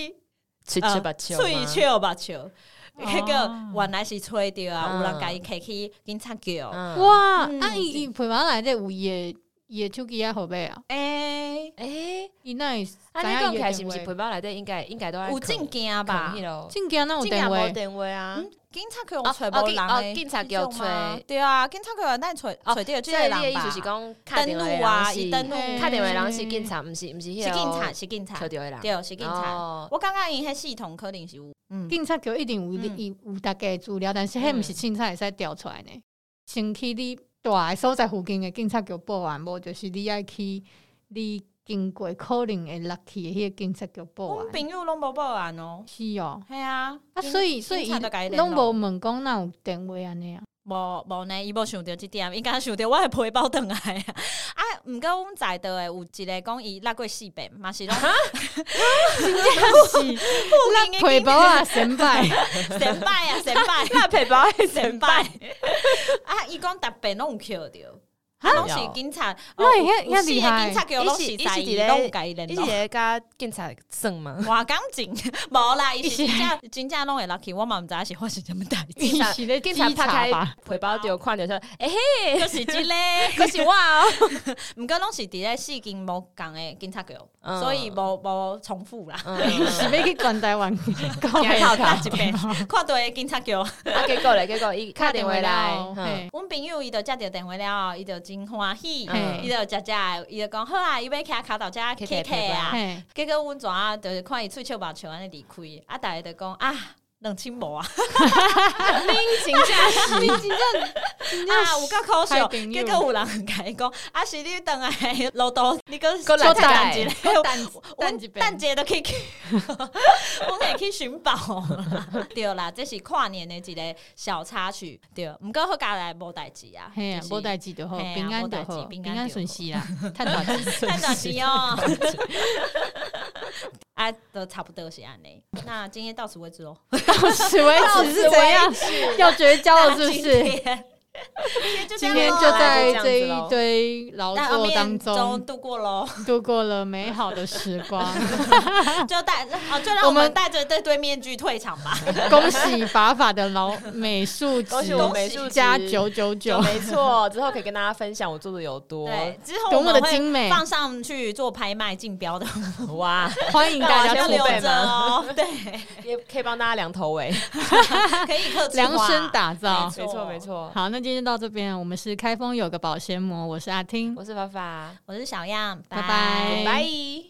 C: 吹呃吹把球，
B: 吹笑吧笑，迄
A: 哦
B: 个原来是吹着啊，
C: 嗯
B: 有人甲伊摕去警察局。
C: 嗯，哇，
A: 哇，
B: 嗯
A: 啊伊伊陪我来的有伊的伊的手机啊号码啊，
B: 诶，
C: 诶，
A: 伊那会
C: 啊，
A: 知
C: 哎你
A: 影
C: 讲
A: 伊的
C: 起来是
A: 电
C: 毋是
A: 话
C: 陪包内底应该应该都
B: 有证件吧？
C: 咯，
A: 正经那有
C: 证
A: 电
C: 件
A: 话，
C: 无电话啊。
B: 嗯，警察局
C: 哦
B: 有揣
C: 哦
B: 无
C: 警
B: 人
C: 哦
B: 诶，
C: 警察局
B: 这种吗
C: 找
B: 对啊，警察局有咱揣
C: 哦
B: 揣着即
C: 即
B: 个
C: 个你的
B: 人
C: 意思是
B: 吧？
C: 讲打
B: 登
C: 电话
B: 录啊，
C: 的人
B: 伊
C: 是
B: 登录
A: 嘿
C: 打电话的人是警察，毋是毋是迄
B: 是
C: 个
B: 警察，是警察
C: 找，着的人，
B: 对，是警察。
C: 哦，
B: 我感觉伊迄系统可能是有，嗯，
A: 警察局一定有
B: 嗯
A: 伊有大家的资料，但是迄
C: 嗯
A: 毋是凊彩会使调出来呢。先去你住的所在附近的警察局报案，无就是你爱去你经过可能会落去的迄个警察局报
B: 阮
A: 案。
B: 朋友拢无报案哦。
A: 是哦，
B: 系啊，
A: 啊，所以所以
B: 警察就甲伊
A: 伊
B: 联
A: 拢
B: 络
A: 无问讲哪有电话安尼啊。
B: 无无呢，伊无想到即点，伊敢想到我的背包倒来啊！ 啊，毋过阮在倒的有一个讲伊落过四遍，嘛是拢
A: 真正是咱陪包啊，神拜，
B: 神拜啊，神拜，
C: 那陪包的
B: 神拜。 啊，伊讲逐遍拢有扣着，啊，拢是警察，
A: 那
B: 哦
A: 遐
B: 有
A: 遐
B: 四个
A: 厉害
B: 警察叫拢是
C: 伊是
B: 在
C: 伊
B: 伊
C: 是伫咧
B: 拢有甲伊联
C: 伊
B: 络
C: 是。会甲警察算 吗？
B: 哇，感 情无啦，伊
A: 伊
B: 是
A: 哦是
B: 真正真正拢会落去，我嘛毋知影是发生什物代志，
A: 伊是咧
C: 警
A: 稽
C: 察
A: 查
C: 拍开
A: 吧？
C: 陪包着看着说，诶嘿，
B: 就是即 个，
C: 可是我哦，
B: 毋过拢是伫咧四间无共的警察局，
C: 嗯
B: 所以无无重复啦。
A: 是要去全台湾 搞
B: 行头搭一 遍
A: 遍，
B: 看到的警察局。
C: 啊，结果嘞，结果伊敲电话来，嗯
A: 嘿
B: 阮朋友伊就接到电话了后，伊就真欢喜，伊、
A: 嗯
B: 就食食，伊就讲好啊，伊要徛卡到遮
C: 去
B: K
C: 去
B: K 啊。
A: 嘿，
B: 结果阮怎啊，就是看伊喙笑目笑安尼离开，啊，逐个就讲啊。两千 无啊！
C: 恁真正是
A: 你真正真正
B: 啊，有够可惜
A: 太朋。
B: 结
A: 友
B: 果有人甲伊讲，啊，是你等来路途，你个
C: 搁来
B: 一下，
A: 等一遍
B: 等一下都去， 我们会去寻宝啦。 对啦，这是跨年的一个小插曲。对，毋过好家来无代志啊，
A: 嘿啊
B: 就，是
A: 无代志就好，
B: 嘿啊
A: 平安
B: 无
A: 就
B: 代
A: 好，
B: 志平
A: 平
B: 安
A: 安
B: 就
A: 顺
B: 好
A: 心啦，趁大钱
B: 太
A: 顺
B: 短
A: 心。
B: 期哦。 啊，都差不多是安尼。那今天到此为止哦。
A: 到此为止是怎样？要绝交了是不
B: 那
A: 是？
B: 今天？
A: 今
B: 今天
A: 天
B: 就
A: 就
B: 这样咯
A: 在这
C: 就这样子咯
A: 一堆劳
B: 在熬
A: 作
B: 夜
A: 当
B: 中
A: 中
B: 度过喽，
A: 度过了美好的时光，
B: 就带啊，就让
A: 我
B: 我们
A: 们
B: 带着这堆面具退场 吧。
A: 恭喜法法的老美术
C: 恭喜
A: 值
C: 我们美术值
A: 加九九九，
C: 没错，之后可以跟大家分享我做的有多
B: 对，之后
A: 多
B: 我
A: 么的
B: 们会
A: 精美，
B: 放上去做拍卖竞 标的，
C: 哇，
A: 欢迎大家
B: 要
C: 先
A: 储
B: 留
A: 备
C: 备
B: 着哦。对，
C: 也可以帮大家量头尾，
B: 可以克 制
A: 量
B: 化
A: 身打造。
C: 没错没错，
A: 好，那今天就到这边，我们是开封有个保鲜膜，我是阿听，
C: 我是法法，
B: 我是小样，
A: 拜拜
C: 拜。